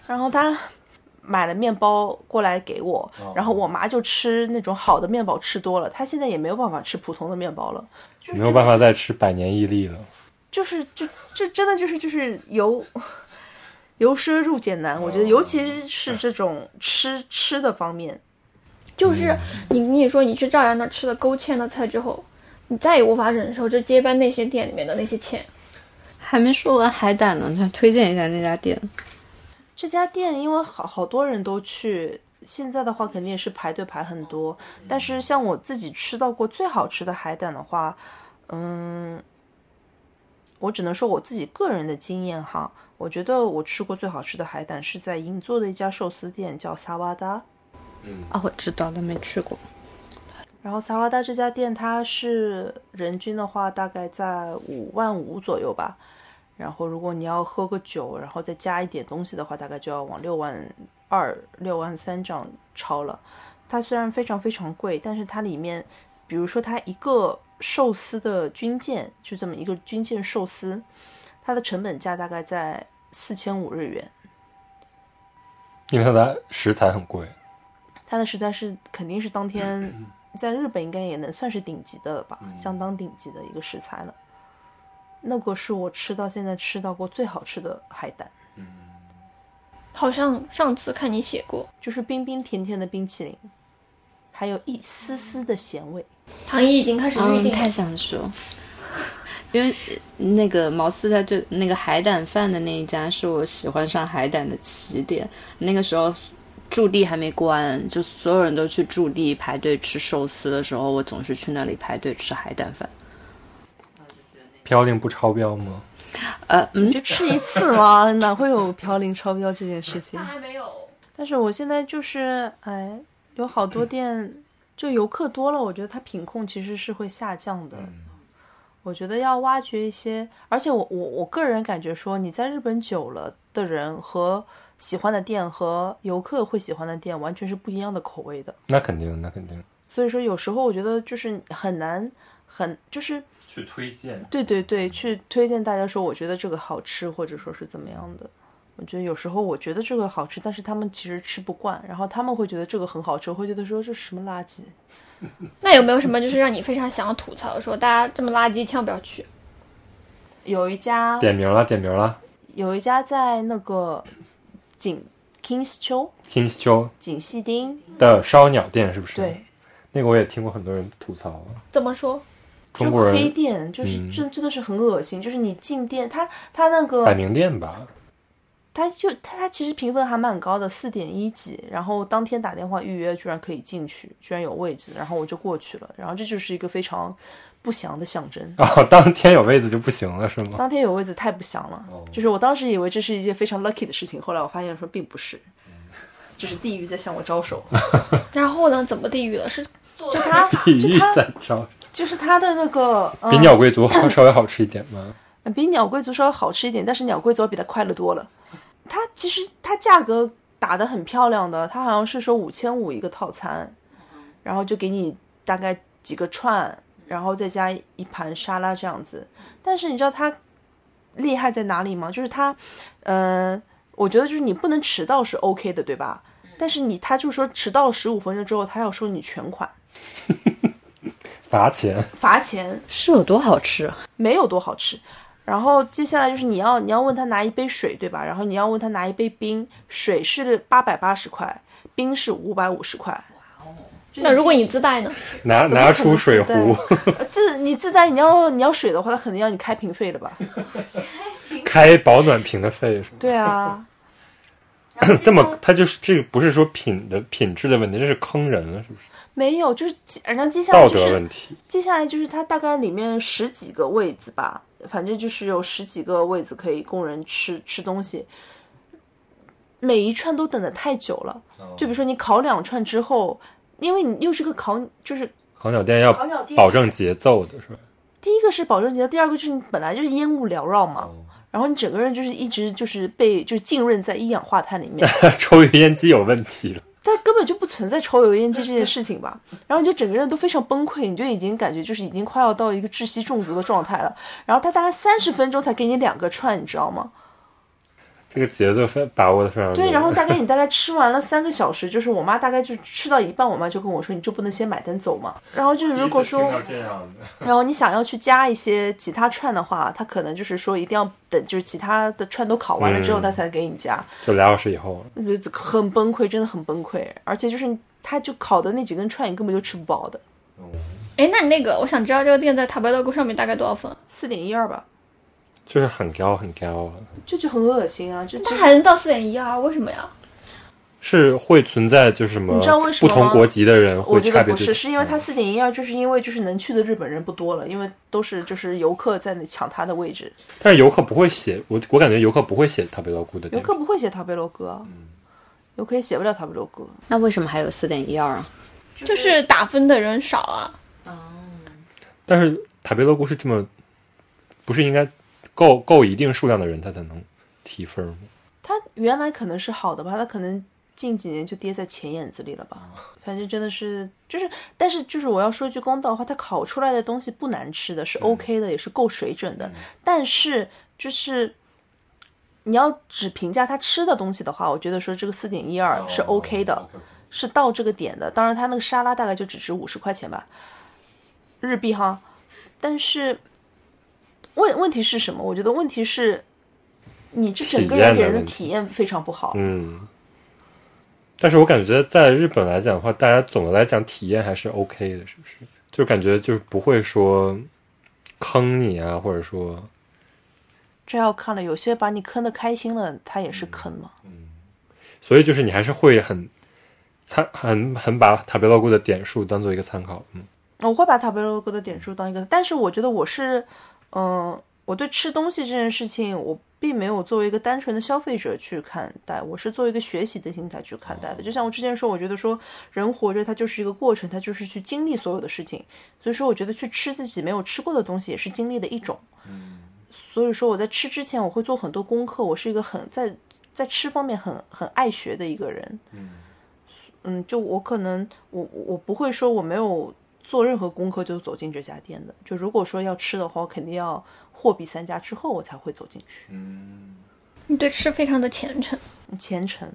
Speaker 4: 然后他买了面包过来给我，然后我妈就吃那种好的面包吃多了，她现在也没有办法吃普通的面包了，就是
Speaker 2: 没有
Speaker 4: 真的
Speaker 2: 办法再吃百年屹立了。
Speaker 4: 就是就就真的就是就是由由奢入俭难，我觉得尤其是这种吃吃的方面，
Speaker 3: 就是你你说你去赵阳那儿吃了勾芡的菜之后，你再也无法忍受这街边那些店里面的那些芡。
Speaker 6: 还没说完海胆呢，那推荐一下那家店。
Speaker 4: 这家店因为好好多人都去，现在的话肯定也是排队排很多，但是像我自己吃到过最好吃的海胆的话，嗯，我只能说我自己个人的经验哈，我觉得我吃过最好吃的海胆是在银座的一家寿司店，叫萨瓦达。
Speaker 6: 哦，我知道，但没去过。
Speaker 4: 然后萨瓦达这家店，它是人均的话大概在五万五左右吧。然后如果你要喝个酒，然后再加一点东西的话，大概就要往六万二、六万三这样超了。它虽然非常非常贵，但是它里面，比如说它一个寿司的军舰，就这么一个军舰寿司，它的成本价大概在四千五日元。
Speaker 2: 因为它的食材很贵，
Speaker 4: 它的食材是肯定是当天 在日本应该也能算是顶级的了吧，相当顶级的一个食材了。那个是我吃到现在吃到过最好吃的海胆，
Speaker 3: 好像上次看你写过，
Speaker 4: 就是冰冰甜甜的冰淇淋，还有一丝丝的咸味。
Speaker 3: 唐毅已经开始预
Speaker 6: 嗯，
Speaker 3: 定了
Speaker 6: 太想说， 因为呃那个毛四在这那个海胆饭的那一家是我喜欢上海胆的起点。那个时候驻地还没关，就所有人都去驻地排队吃寿司的时候，我总是去那里排队吃海胆饭。
Speaker 2: 嘌呤不超标吗？
Speaker 6: 呃，嗯，
Speaker 4: 就吃一次嘛， 哪会有嘌呤超标这件事情
Speaker 3: 他？还没有。
Speaker 4: 但是我现在就是，哎，有好多店就游客多了，我觉得它品控其实是会下降的。我觉得要挖掘一些，而且我我我个人感觉说，你在日本久了的人和喜欢的店和游客会喜欢的店完全是不一样的口味的。
Speaker 2: 那肯定，那肯定。
Speaker 4: 所以说，有时候我觉得就是很难，很就是
Speaker 2: 去推荐，
Speaker 4: 对对对，去推荐大家说，我觉得这个好吃，或者说是怎么样的。我觉得有时候我觉得这个好吃，但是他们其实吃不惯，然后他们会觉得这个很好吃，我会觉得说这是什么垃圾。
Speaker 3: 那有没有什么就是让你非常想要吐槽的，说大家这么垃圾，千万不要去？
Speaker 4: 有一家
Speaker 2: 点名了，点名了。
Speaker 4: 有一家在那个锦 Kings 丘
Speaker 2: Kings 丘
Speaker 4: 锦细町，
Speaker 2: 的烧鸟店是不是？
Speaker 4: 对，，
Speaker 2: 那个我也听过很多人吐槽，啊
Speaker 3: 怎么说？
Speaker 2: 中
Speaker 4: 就
Speaker 2: 国
Speaker 4: 黑
Speaker 2: 人
Speaker 4: 店，就是
Speaker 2: 嗯
Speaker 4: 真真的是很恶心，就是你进店，它它那个
Speaker 2: 百名店吧，
Speaker 4: 他就他他其实评分还蛮高的，四点一几。然后当天打电话预约，居然可以进去，居然有位置，然后我就过去了。然后这就是一个非常不祥的象征。
Speaker 2: 哦，当天有位子就不行了是吗？
Speaker 4: 当天有位置太不祥了，就是我当时以为这是一件非常 lucky 的事情，后来我发现说并不是，这是嗯 地狱在向我招手。
Speaker 3: 然后呢？怎么地狱了？是
Speaker 4: 就他
Speaker 2: 地狱
Speaker 4: 就他
Speaker 2: 在招，
Speaker 4: 就是他的那个、呃、
Speaker 2: 比鸟贵族 好稍微好吃一点吗？
Speaker 4: 比鸟贵族稍微好吃一点，但是鸟贵族要比它快乐多了。它其实它价格打得很漂亮的，它好像是说五千五一个套餐，然后就给你大概几个串，然后再加一盘沙拉这样子。但是你知道它厉害在哪里吗？就是它，呃，我觉得就是你不能迟到是 OK 的，对吧？但是你他就说迟到了十五分钟之后，他要收你全款
Speaker 2: 罚钱，
Speaker 4: 罚钱，
Speaker 6: 是有多好吃啊？
Speaker 4: 没有多好吃。然后接下来就是你要你要问他拿一杯水，对吧？然后你要问他拿一杯冰，水是八百八十块，冰是五百五十块。
Speaker 3: 那如果你自带呢？
Speaker 2: 拿
Speaker 4: 么可能
Speaker 2: 拿出水壶，
Speaker 4: 自你自带你要你要水的话，他肯定要你开瓶费了吧？
Speaker 2: 开保暖瓶的费是吗？
Speaker 4: 对啊，
Speaker 2: 这么，他就是这个不是说品的品质的问题，这是坑人了，是不是？
Speaker 4: 没有，就是然后接下来
Speaker 2: 道
Speaker 4: 就
Speaker 2: 德
Speaker 4: 是
Speaker 2: 问题。
Speaker 4: 接下来就是它大概里面十几个位子吧，反正就是有十几个位子可以供人吃吃东西。每一串都等的太久了，就比如说你烤两串之后，因为你又是个烤，就是
Speaker 2: 烤鸟店要
Speaker 4: 烤鸟店
Speaker 2: 保证节奏的是吧？
Speaker 4: 第一个是保证节奏，第二个就是你本来就是烟雾缭绕嘛，然后你整个人就是一直就是被就是浸润在一氧化碳里面，
Speaker 2: 抽油烟机有问题了，
Speaker 4: 但根本就不存在抽油烟机这件事情吧。然后你就整个人都非常崩溃，你就已经感觉就是已经快要到一个窒息中毒的状态了。然后他大概三十分钟才给你两个串，你知道吗？
Speaker 2: 这个节奏非把握的非常
Speaker 4: 对，
Speaker 2: 对
Speaker 4: 然后大概你大概吃完了三个小时，就是我妈大概就吃到一半，我妈就跟我说，你就不能先买单走嘛。然后就是如果说，
Speaker 2: 这样的，
Speaker 4: 然后你想要去加一些其他串的话，他可能就是说一定要等就是其他的串都烤完了之后，
Speaker 2: 嗯
Speaker 4: 他才给你加。
Speaker 2: 就俩小时以后了，
Speaker 4: 就就很崩溃，真的很崩溃。而且就是他就烤的那几根串，你根本就吃不饱的，
Speaker 3: 哎，那你那个，我想知道这个店在塔白豆沟上面大概多少分？
Speaker 4: 四点一二吧，
Speaker 2: 就是很高很高啊了，
Speaker 4: 就就很恶心啊！就
Speaker 3: 它
Speaker 4: 就
Speaker 3: 还能到四点一啊？为什么呀？
Speaker 2: 是会存在就是什么
Speaker 4: 你知道为什
Speaker 2: 不
Speaker 4: 么吗
Speaker 2: 同国籍的人
Speaker 4: 我
Speaker 2: 会
Speaker 4: 觉
Speaker 2: 差
Speaker 4: 得
Speaker 2: 别嗯
Speaker 4: 不
Speaker 2: 对
Speaker 4: 是，是因为他四点一二，就是因为就是能去的日本人不多了，因为都是就是游客在那抢他的位置，
Speaker 2: 但是游客不会写，我我感觉游客不会写特别牢固的
Speaker 4: 游
Speaker 2: 店
Speaker 4: 客不会写塔贝罗哥，
Speaker 2: 嗯
Speaker 4: 游客也写不了塔贝罗哥。
Speaker 6: 那为什么还有四点一二啊？
Speaker 3: 就是打分的人少啊。
Speaker 2: 但是塔贝罗菇是这么，不是应该够够一定数量的人他才能提分吗？
Speaker 4: 他原来可能是好的吧，他可能近几年就跌在钱眼子里了
Speaker 2: 嗯
Speaker 4: 吧。反正真的是，就是，但是就是我要说句公道话，它烤出来的东西不难吃的，
Speaker 2: 嗯
Speaker 4: 是 OK 的，也是够水准的。但是就是你要只评价它吃的东西的话，我觉得说这个四点一二是
Speaker 2: 哦
Speaker 4: OK 的，是到这个点的。当然，它那个沙拉大概就只值五十块钱吧，日币哈。但是问问题是什么？我觉得问题是。你这整个人
Speaker 2: 体验的
Speaker 4: 给人的
Speaker 2: 问题
Speaker 4: 体验非常不好，
Speaker 2: 嗯，但是我感觉在日本来讲的话，大家总的来讲体验还是 OK 的，是不是？就感觉就是不会说坑你啊，或者说
Speaker 4: 这要看了，有些把你坑的开心了，他也是坑嘛。
Speaker 2: 所以就是你还是会很参很很把塔贝罗菇的点数当做一个参考，嗯，
Speaker 4: 我会把塔贝罗哥的点数当一个，但是我觉得我是，嗯、我对吃东西这件事情，我并没有作为一个单纯的消费者去看待，我是作为一个学习的心态去看待的。就像我之前说，我觉得说人活着它就是一个过程，它就是去经历所有的事情，所以说我觉得去吃自己没有吃过的东西也是经历的一种。所以说我在吃之前，我会做很多功课，我是一个很在在吃方面很很爱学的一个人。嗯，就我可能我我我不会说我没有做任何功课就走进这家店的。就如果说要吃的话，我肯定要货比三家之后我才会走进去，
Speaker 3: 你对吃非常的虔诚，
Speaker 4: 虔诚。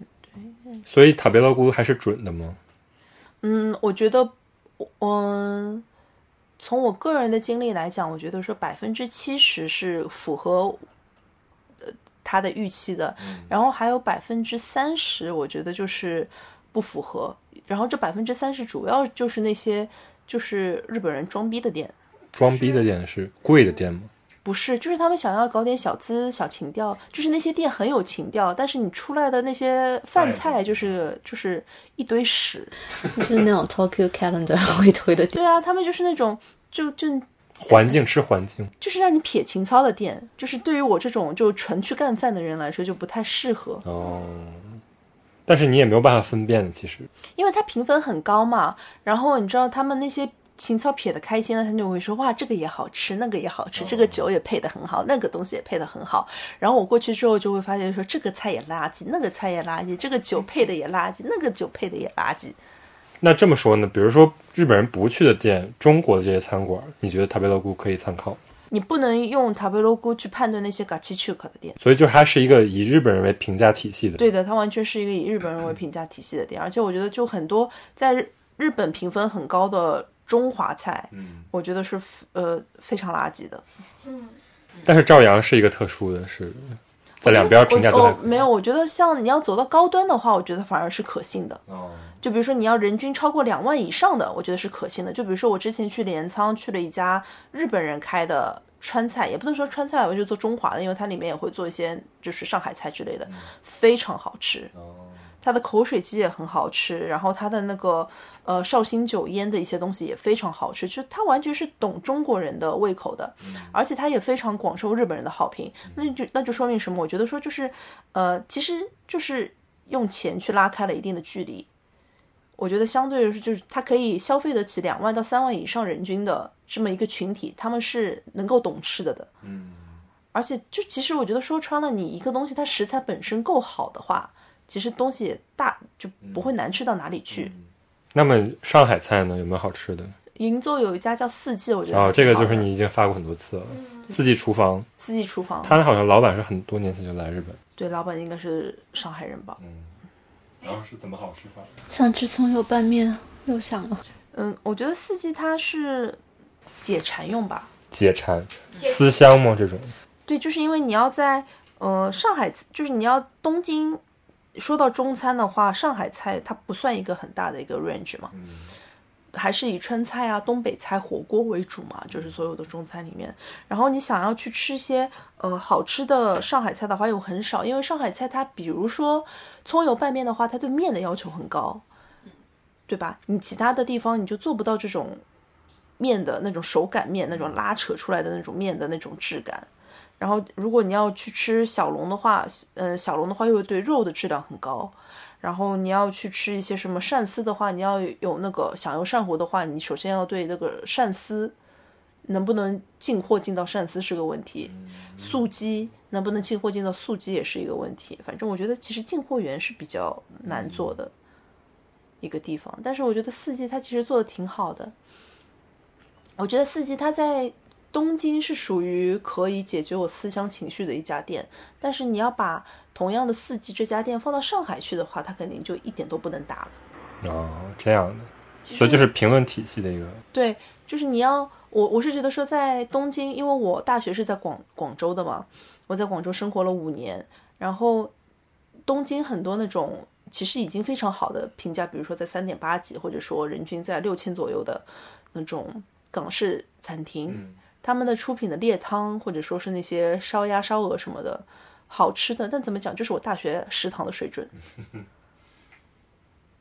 Speaker 2: 所以塔贝罗菇还是准的吗？
Speaker 4: 嗯，我觉得，我嗯，从我个人的经历来讲，我觉得说百分之七十是符合呃他的预期的，然后还有百分之三十，我觉得就是不符合。然后这百分之三十主要就是那些就是日本人装逼的店，
Speaker 2: 装逼的店是贵的店吗？
Speaker 4: 不是，就是他们想要搞点小资、小情调，就是那些店很有情调，但是你出来的那些饭菜就是就是一堆屎。
Speaker 6: 就是那种 Tokyo Calendar 会推的
Speaker 4: 对啊，他们就是那种就就
Speaker 2: 环境吃环境，
Speaker 4: 就是让你撇情操的店，就是对于我这种就纯去干饭的人来说就不太适合，
Speaker 2: 哦，但是你也没有办法分辨，其实
Speaker 4: 因为它评分很高嘛。然后你知道他们那些情操撇的开心的，他就会说哇这个也好吃，那个也好吃，这个酒也配的很好，那个东西也配的很好。然后我过去之后就会发现说这个菜也垃圾，那个菜也垃圾，这个酒配的也垃圾，那个酒配的也垃圾。
Speaker 2: 那这么说呢，比如说日本人不去的店，中国的这些餐馆，你觉得塔贝罗菇可以参考？
Speaker 4: 你不能用 t a b l o g o 去判断那些 gachichuk 的店。
Speaker 2: 所以就是它是一个以日本人为评价体系的。
Speaker 4: 对的，它完全是一个以日本人为评价体系的店，而且我觉得就很多在日日本评分很高的中华菜，
Speaker 2: 嗯，
Speaker 4: 我觉得是呃非常垃圾的。
Speaker 2: 但是赵阳是一个特殊的，是在两边评价都
Speaker 4: 我
Speaker 2: 还
Speaker 4: 我没有，我觉得像你要走到高端的话，我觉得反而是可信的。
Speaker 2: 哦，
Speaker 4: 就比如说你要人均超过两万以上的，我觉得是可信的。就比如说我之前去镰仓去了一家日本人开的川菜，也不能说川菜吧，我就做中华的，因为它里面也会做一些就是上海菜之类的，
Speaker 2: 嗯
Speaker 4: 非常好吃。
Speaker 2: 哦
Speaker 4: 它的口水鸡也很好吃，然后它的那个呃绍兴酒腌的一些东西也非常好吃，就它完全是懂中国人的胃口的，而且它也非常广受日本人的好评。
Speaker 2: 嗯
Speaker 4: 那就那就说明什么？我觉得说就是呃，其实就是用钱去拉开了一定的距离。我觉得相对来说，就是他可以消费得起两万到三万以上人均的这么一个群体，他们是能够懂吃的的。嗯，而且就其实我觉得说穿了，你一个东西它食材本身够好的话，其实东西也大就不会难吃到哪里去。
Speaker 2: 嗯那么上海菜呢，有没有好吃的？
Speaker 4: 银座有一家叫四季，我觉得
Speaker 2: 哦，这个就是
Speaker 4: 很好的
Speaker 2: 你已经发过很多次了。
Speaker 4: 嗯
Speaker 2: 四季厨房，
Speaker 4: 四季厨房，
Speaker 2: 他好像老板是很多年前就来日本。
Speaker 4: 对，老板应该是上海人吧？
Speaker 2: 然后是怎么好吃法？
Speaker 6: 想吃葱油拌面，又想了。
Speaker 4: 嗯，我觉得四季它是解馋用吧，
Speaker 2: 解馋，思乡吗？这种
Speaker 4: 对，就是因为你要在呃上海，就是你要东京。说到中餐的话，上海菜它不算一个很大的一个 range 嘛，还是以川菜啊、东北菜、火锅为主嘛，就是所有的中餐里面。然后你想要去吃一些呃好吃的上海菜的话，又很少，因为上海菜它比如说葱油拌面的话，它对面的要求很高，对吧？你其他的地方你就做不到这种面的那种手擀面、那种拉扯出来的那种面的那种质感。然后如果你要去吃小笼的话，呃，小笼的话又对肉的质量很高。然后你要去吃一些什么鳝丝的话，你要有那个想要鳝糊的话，你首先要对那个鳝丝能不能进货进到鳝丝是个问题，素鸡能不能进货进到素鸡也是一个问题。反正我觉得其实进货源是比较难做的一个地方，但是我觉得四季它其实做的挺好的。我觉得四季它在东京是属于可以解决我思乡情绪的一家店，但是你要把同样的四季这家店放到上海去的话，它肯定就一点都不能打了。
Speaker 2: 哦，这样的，
Speaker 4: 其实
Speaker 2: 所以就是评论体系的一个
Speaker 4: 对，就是你要我我是觉得说在东京，因为我大学是在广广州的嘛，我在广州生活了五年，然后东京很多那种其实已经非常好的评价，比如说在三点八级，或者说人均在六千左右的那种港式餐厅，他们的出品的猎汤或者说是那些烧鸭、烧鹅什么的，好吃的，但怎么讲，就是我大学食堂的水准。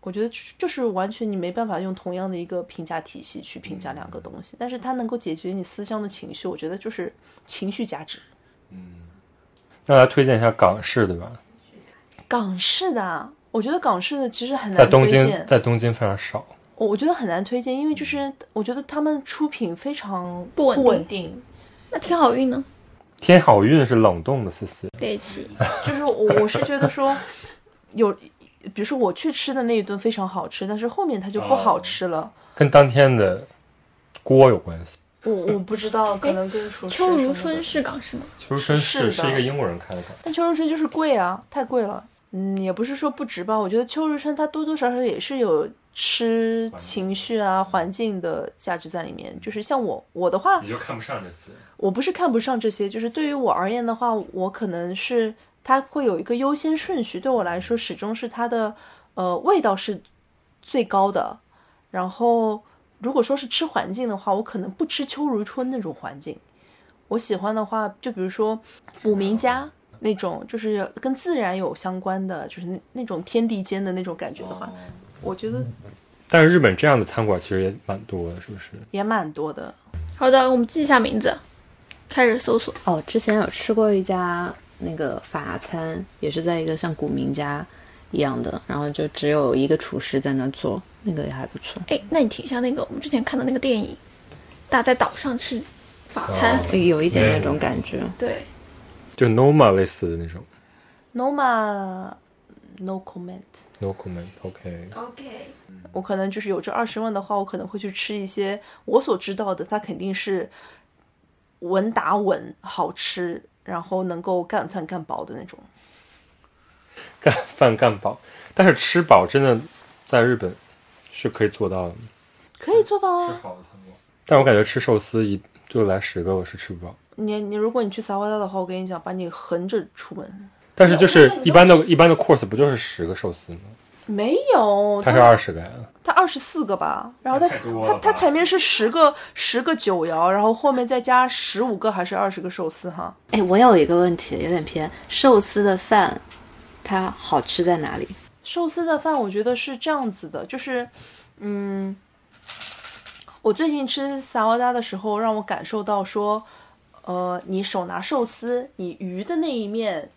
Speaker 4: 我觉得就是就是完全你没办法用同样的一个评价体系去评价两个东西，但是它能够解决你思乡的情绪，我觉得就是情绪价值。
Speaker 2: 那来推荐一下港式，对吧？
Speaker 4: 港式的啊，我觉得港式的其实很
Speaker 2: 在
Speaker 4: 难
Speaker 2: 东
Speaker 4: 推
Speaker 2: 京，
Speaker 4: 荐，
Speaker 2: 在东京非常少。
Speaker 4: 我我觉得很难推荐，因为就是我觉得他们出品非常
Speaker 3: 不稳定
Speaker 4: 稳定，
Speaker 3: 那挺好运呢，
Speaker 2: 天好运是冷冻的，谢谢。
Speaker 3: 得起。
Speaker 4: 就是我我是觉得 说有，比如说我去吃的那一顿非常好吃，但是后面它
Speaker 2: 哦
Speaker 4: 就不好吃了。
Speaker 2: 跟当天的锅有关系。
Speaker 4: 我我不知道，可能跟厨师
Speaker 3: 秋
Speaker 4: 什
Speaker 3: 如
Speaker 4: 么
Speaker 3: 春
Speaker 4: 的
Speaker 3: 是港式吗？
Speaker 2: 秋生
Speaker 4: 是
Speaker 2: 是
Speaker 4: 的
Speaker 2: 一个英国人开的港，
Speaker 4: 但秋日春就是贵啊，太贵了。嗯，也不是说不值吧，我觉得秋日春它多多少少也是有吃情绪啊、环境的价值在里面。就是像我我的话，
Speaker 2: 就看不上这次。
Speaker 4: 我不是看不上这些，就是对于我而言的话，我可能是它会有一个优先顺序，对我来说始终是它的呃味道是最高的。然后如果说是吃环境的话，我可能不吃秋如春那种环境，我喜欢的话，就比如说古名家。那种就是跟自然有相关的，就是那那种天地间的那种感觉的话，我觉得
Speaker 2: 但是日本这样的餐馆其实也蛮多的，是不是？
Speaker 4: 也蛮多的。
Speaker 3: 好的，我们记一下名字，开始搜索。
Speaker 6: 哦，之前有吃过一家那个法餐，也是在一个像古民家一样的，然后就只有一个厨师在那做，那个也还不错，
Speaker 3: 哎，那你听一下那个我们之前看的那个电影，大家在岛上吃法餐。
Speaker 2: 哦
Speaker 6: 有一点
Speaker 2: 没有
Speaker 6: 那种感觉。
Speaker 3: 对，
Speaker 2: 就 Noma 类似的那种。
Speaker 4: Noma no comment。
Speaker 2: No comment. OK，
Speaker 3: OK，
Speaker 4: 我可能就是有这二十万的话，我可能会去吃一些我所知道的，它肯定是稳打稳，好吃，然后能够干饭干饱的那种。
Speaker 2: 干饭干饱，但是吃饱真的在日本是可以做到的。
Speaker 4: 可以做到啊！
Speaker 2: 好的餐馆，但我感觉吃寿司一就来十个我是吃不饱。
Speaker 4: 你你如果你去撒哇达的话，我跟你讲，把你横着出门。
Speaker 2: 但是就是一般的一般的 course 不就是十个寿司吗？
Speaker 4: 没有，
Speaker 2: 它是二十个呀。
Speaker 4: 他二十四个吧，然后他
Speaker 2: 太多了
Speaker 4: 他
Speaker 2: 吧
Speaker 4: 他前面是十个十个九肴，然后后面再加十五个还是二十个寿司哈？
Speaker 6: 哎，我有一个问题，有点偏，寿司的饭它好吃在哪里？
Speaker 4: 寿司的饭，我觉得是这样子的，就是，嗯，我最近吃萨瓦达的时候，让我感受到说，呃，你手拿寿司，你鱼的那一面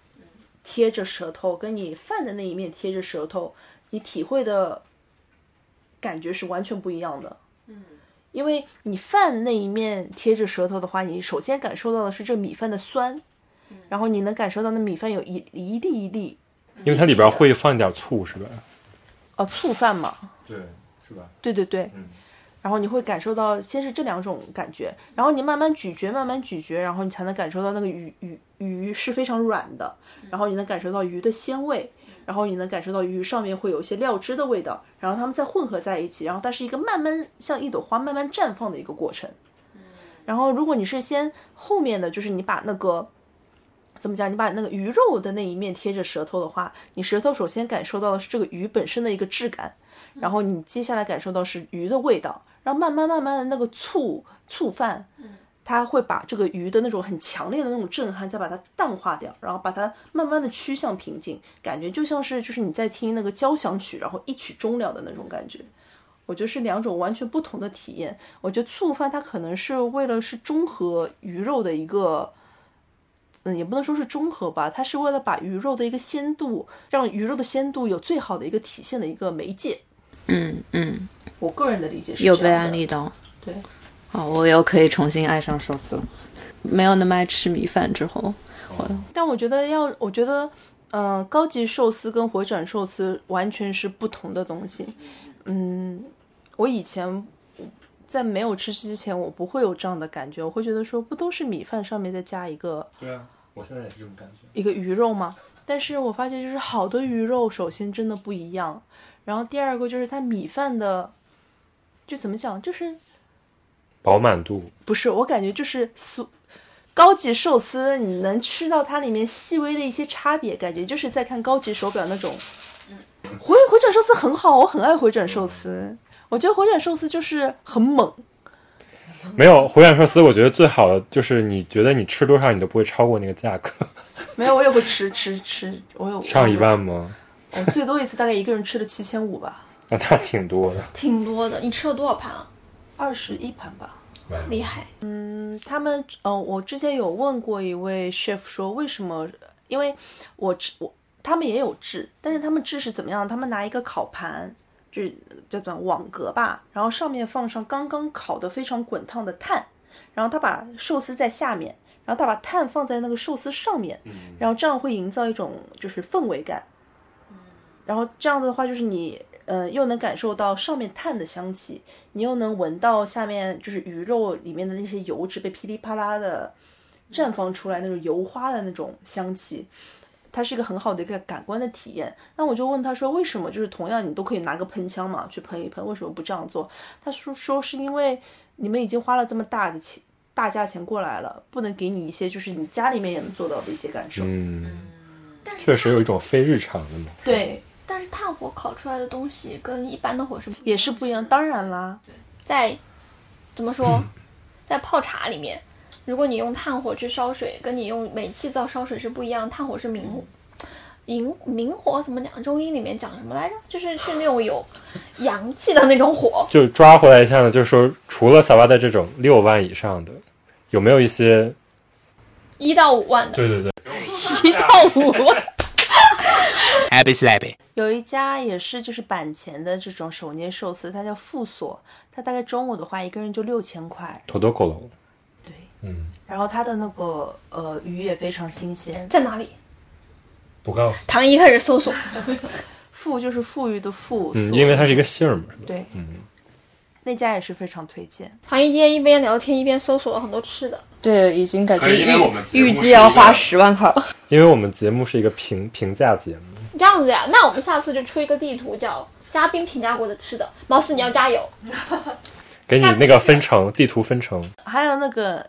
Speaker 4: 贴着舌头，跟你饭的那一面贴着舌头，你体会的感觉是完全不一样的。因为你饭那一面贴着舌头的话，你首先感受到的是这米饭的酸，然后你能感受到那米饭有一一粒一粒，
Speaker 2: 因为它里边会放一点醋，是吧？
Speaker 4: 呃，醋饭嘛，
Speaker 2: 对，是吧？
Speaker 4: 对对对，
Speaker 2: 嗯
Speaker 4: 然后你会感受到先是这两种感觉，然后你慢慢咀嚼，慢慢咀嚼，然后你才能感受到那个鱼鱼鱼是非常软的，然后你能感受到鱼的鲜味，然后你能感受到鱼上面会有一些料汁的味道，然后它们再混合在一起，然后它是一个慢慢像一朵花慢慢绽放的一个过程。然后如果你是先后面的，就是你把那个。怎么讲？你把那个鱼肉的那一面贴着舌头的话，你舌头首先感受到的是这个鱼本身的一个质感，然后你接下来感受到是鱼的味道，然后慢慢慢慢的那个醋醋饭，它会把这个鱼的那种很强烈的那种震撼再把它淡化掉，然后把它慢慢的趋向平静，感觉就像是就是你在听那个交响曲，然后一曲终了的那种感觉。我觉得是两种完全不同的体验。我觉得醋饭它可能是为了是中和鱼肉的一个嗯，也不能说是中和吧，它是为了把鱼肉的一个鲜度，让鱼肉的鲜度有最好的一个体现的一个媒介。
Speaker 6: 嗯嗯，
Speaker 4: 我个人的理解是
Speaker 6: 有
Speaker 4: 这
Speaker 6: 被
Speaker 4: 样
Speaker 6: 安
Speaker 4: 的
Speaker 6: 利到。
Speaker 4: 对，
Speaker 6: 哦，我又可以重新爱上寿司了。没有那么爱吃米饭之后，
Speaker 4: 但我觉得要，我觉得，嗯、高级寿司跟回转寿司完全是不同的东西。嗯，我以前在没有吃之前，我不会有这样的感觉，我会觉得说，不都是米饭上面再加一个
Speaker 2: 对啊，我现在也是这种感觉。
Speaker 4: 一个鱼肉嘛，但是我发觉就是好的鱼肉，首先真的不一样，然后第二个就是它米饭的，就怎么讲，就是
Speaker 2: 饱满度，
Speaker 4: 不是，我感觉就是酥高级寿司，你能吃到它里面细微的一些差别，感觉就是在看高级手表那种。回回转寿司很好，我很爱回转寿司。我觉得回转寿司就是很猛，
Speaker 2: 没有回转寿司，我觉得最好的就是你觉得你吃多少，你都不会超过那个价格，
Speaker 4: 没有我也会吃吃吃，我有
Speaker 2: 上一，万吗？
Speaker 4: 我最多一次大概一个人吃了七千五吧，
Speaker 2: 那它挺多的。
Speaker 3: 挺多的。你吃了多少盘啊？
Speaker 4: 二十一盘吧。
Speaker 3: 厉害！
Speaker 4: 他们，呃，我之前有问过一位 chef 说，为什么？因为我制我他们也有制，但是他们制是怎么样？他们拿一个烤盘，就是叫做网格吧，然后上面放上刚刚烤的非常滚烫的碳，然后他把寿司在下面，然后他把碳放在那个寿司上面，然后这样会营造一种就是氛围感。然后这样子的话，就是你呃又能感受到上面碳的香气，你又能闻到下面就是鱼肉里面的那些油脂被噼里啪啦的绽放出来那种油花的那种香气，它是一个很好的一个感官的体验。那我就问他说，为什么就是同样你都可以拿个喷枪嘛去喷一喷，为什么不这样做？他说说是因为你们已经花了这么大的钱。大价钱过来了，不能给你一些就是你家里面也能做到的一些感受。
Speaker 2: 嗯，确实有一种非日常的嘛。
Speaker 4: 对，
Speaker 3: 但是炭火烤出来的东西跟一般的火是不一样的
Speaker 4: 也是不一样。当然啦，
Speaker 3: 在怎么说，在泡茶里面，如果你用炭火去烧水，跟你用煤气灶烧水是不一样。炭火是明火，明明火怎么讲？中医里面讲什么来着？就是是那种有阳气的那种火。
Speaker 2: 就抓回来一下呢，就是说，除了萨瓦达这种六万以上的，有没有一些？
Speaker 3: 一到五万的，
Speaker 2: 对对对，
Speaker 4: 一到五万。
Speaker 7: Happy slappy.
Speaker 4: 有一家也是就是板前的这种手捏寿司，它叫富所，它大概中午的话一个人就六千块，
Speaker 2: 土豆狗笼，
Speaker 4: 对，
Speaker 2: 嗯，
Speaker 4: 然后它的那个呃鱼也非常新鲜，
Speaker 3: 在哪里？
Speaker 2: 不告诉。
Speaker 3: 唐一开始搜索，
Speaker 4: 富就是富裕的富，
Speaker 2: 嗯，
Speaker 4: 所
Speaker 2: 因为它是一个嗯姓儿嘛，是吧？
Speaker 4: 对，那家也是非常推荐。
Speaker 3: 唐一今天一边聊天一边搜索了很多吃的，
Speaker 6: 对，已经感觉
Speaker 8: 可以因为我
Speaker 6: 预
Speaker 8: 们节目
Speaker 6: 预计
Speaker 8: 是
Speaker 6: 要
Speaker 8: 一个
Speaker 6: 花十万块了。
Speaker 2: 因为我们节目是一个评评价节目，
Speaker 3: 这样子呀？那我们下次就出一个地图，叫嘉宾评价过的吃的。毛氏，你要加油！
Speaker 2: 给你那个分成地图分成。
Speaker 4: 还有那个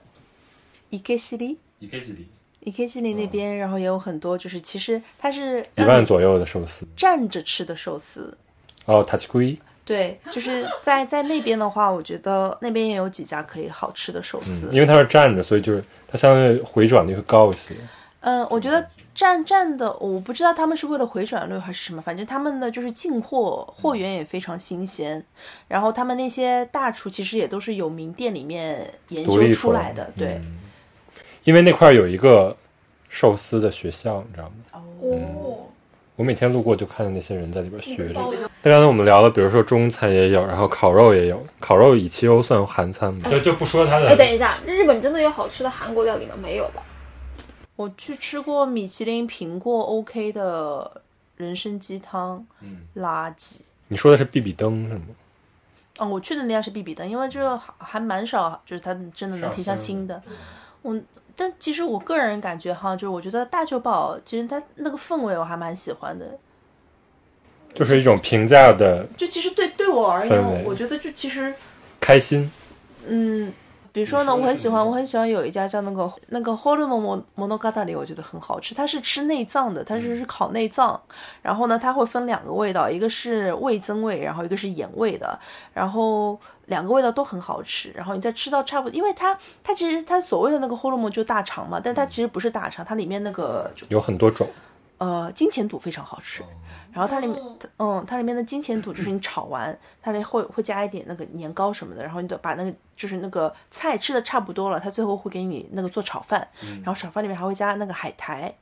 Speaker 4: 伊克西里，
Speaker 8: 你可以去理。
Speaker 4: 伊克西里那边，然后也有很多，就是其实它是
Speaker 2: 嗯一
Speaker 4: 让
Speaker 2: 万
Speaker 4: 你
Speaker 2: 左右的寿司
Speaker 4: 站着吃的寿司。
Speaker 2: 哦，塔奇库伊
Speaker 4: 对，就是在在那边的话，我觉得那边也有几家可以好吃的寿司。
Speaker 2: 嗯因为它是站着，所以就是它相对回转率会高一些。
Speaker 4: 嗯，我觉得站站的，我不知道他们是为了回转率还是什么，反正他们的就是进货货源也非常新鲜，然后他们那些大厨其实也都是有名店里面研
Speaker 2: 独
Speaker 4: 究
Speaker 2: 立
Speaker 4: 出来的，
Speaker 2: 出来
Speaker 4: 对，
Speaker 2: 因为那块儿有一个寿司的学校，你知道吗？
Speaker 3: 哦，
Speaker 2: 我每天路过就看见那些人在里边学这
Speaker 3: 包
Speaker 2: 个。那刚才我们聊了，比如说中餐也有，然后烤肉也有，烤肉以其欧算韩餐吗？对，就不说它
Speaker 3: 哎，等一下，日本真的有好吃的韩国料理吗？没有吧？
Speaker 4: 我去吃过米其林评过 OK 的人参鸡汤，
Speaker 8: 嗯，
Speaker 4: 垃圾。
Speaker 2: 你说的是必比登是吗？
Speaker 4: 哦，我去的那家是必比登，因为就是还还蛮少，就是它真的能评上新的。我但其实我个人感觉哈，就是我觉得大久保其实它那个氛围我还蛮喜欢的。
Speaker 2: 就是一种评价的
Speaker 4: 就其实对对我而
Speaker 2: 氛围
Speaker 4: 言，我觉得就其实
Speaker 2: 开心。
Speaker 4: 嗯，比如说
Speaker 8: 你
Speaker 4: 呢，
Speaker 8: 说的
Speaker 4: 我很
Speaker 8: 是
Speaker 4: 喜欢我很喜欢有一家叫那个那个 h o r m o n monogatari，我觉得很好吃。它是吃内脏的，它
Speaker 2: 嗯
Speaker 4: 是是烤内脏，然后呢，它会分两个味道，一个是味增味，然后一个是盐味的，然后两个味道都很好吃。然后你再吃到差不多，因为它它其实它所谓的那个 h o r m o n 就大肠嘛，但
Speaker 2: 嗯
Speaker 4: 它其实不是大肠，它里面那个就
Speaker 2: 有很多种，
Speaker 4: 呃金钱肚非常好吃。然后它里面，嗯，它里面的金钱肚就是你炒完，它里会会加一点那个年糕什么的，然后你得把那个就是那个菜吃的差不多了，它最后会给你那个做炒饭，然后炒饭里面还会加那个海苔，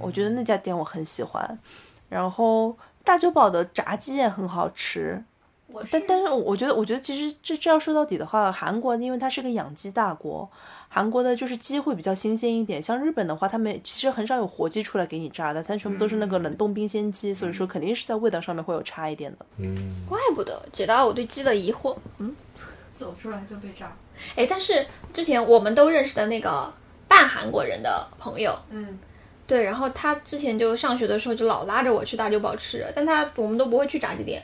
Speaker 4: 我觉得那家店我很喜欢。然后大久保的炸鸡也很好吃，但但是我觉得，我觉得其实这这要说到底的话，韩国因为它是个养鸡大国，韩国的就是鸡会比较新鲜一点。像日本的话，他们其实很少有活鸡出来给你炸的，它全部都是那个冷冻冰鲜鸡，所以说肯定是在味道上面会有差一点的。
Speaker 2: 嗯，
Speaker 3: 怪不得解答我对鸡的疑惑。
Speaker 5: 走出来就被炸。
Speaker 3: 哎，但是之前我们都认识的那个半韩国人的朋友，
Speaker 4: 嗯，
Speaker 3: 对，然后他之前就上学的时候就老拉着我去大久保吃，但他我们都不会去炸鸡店，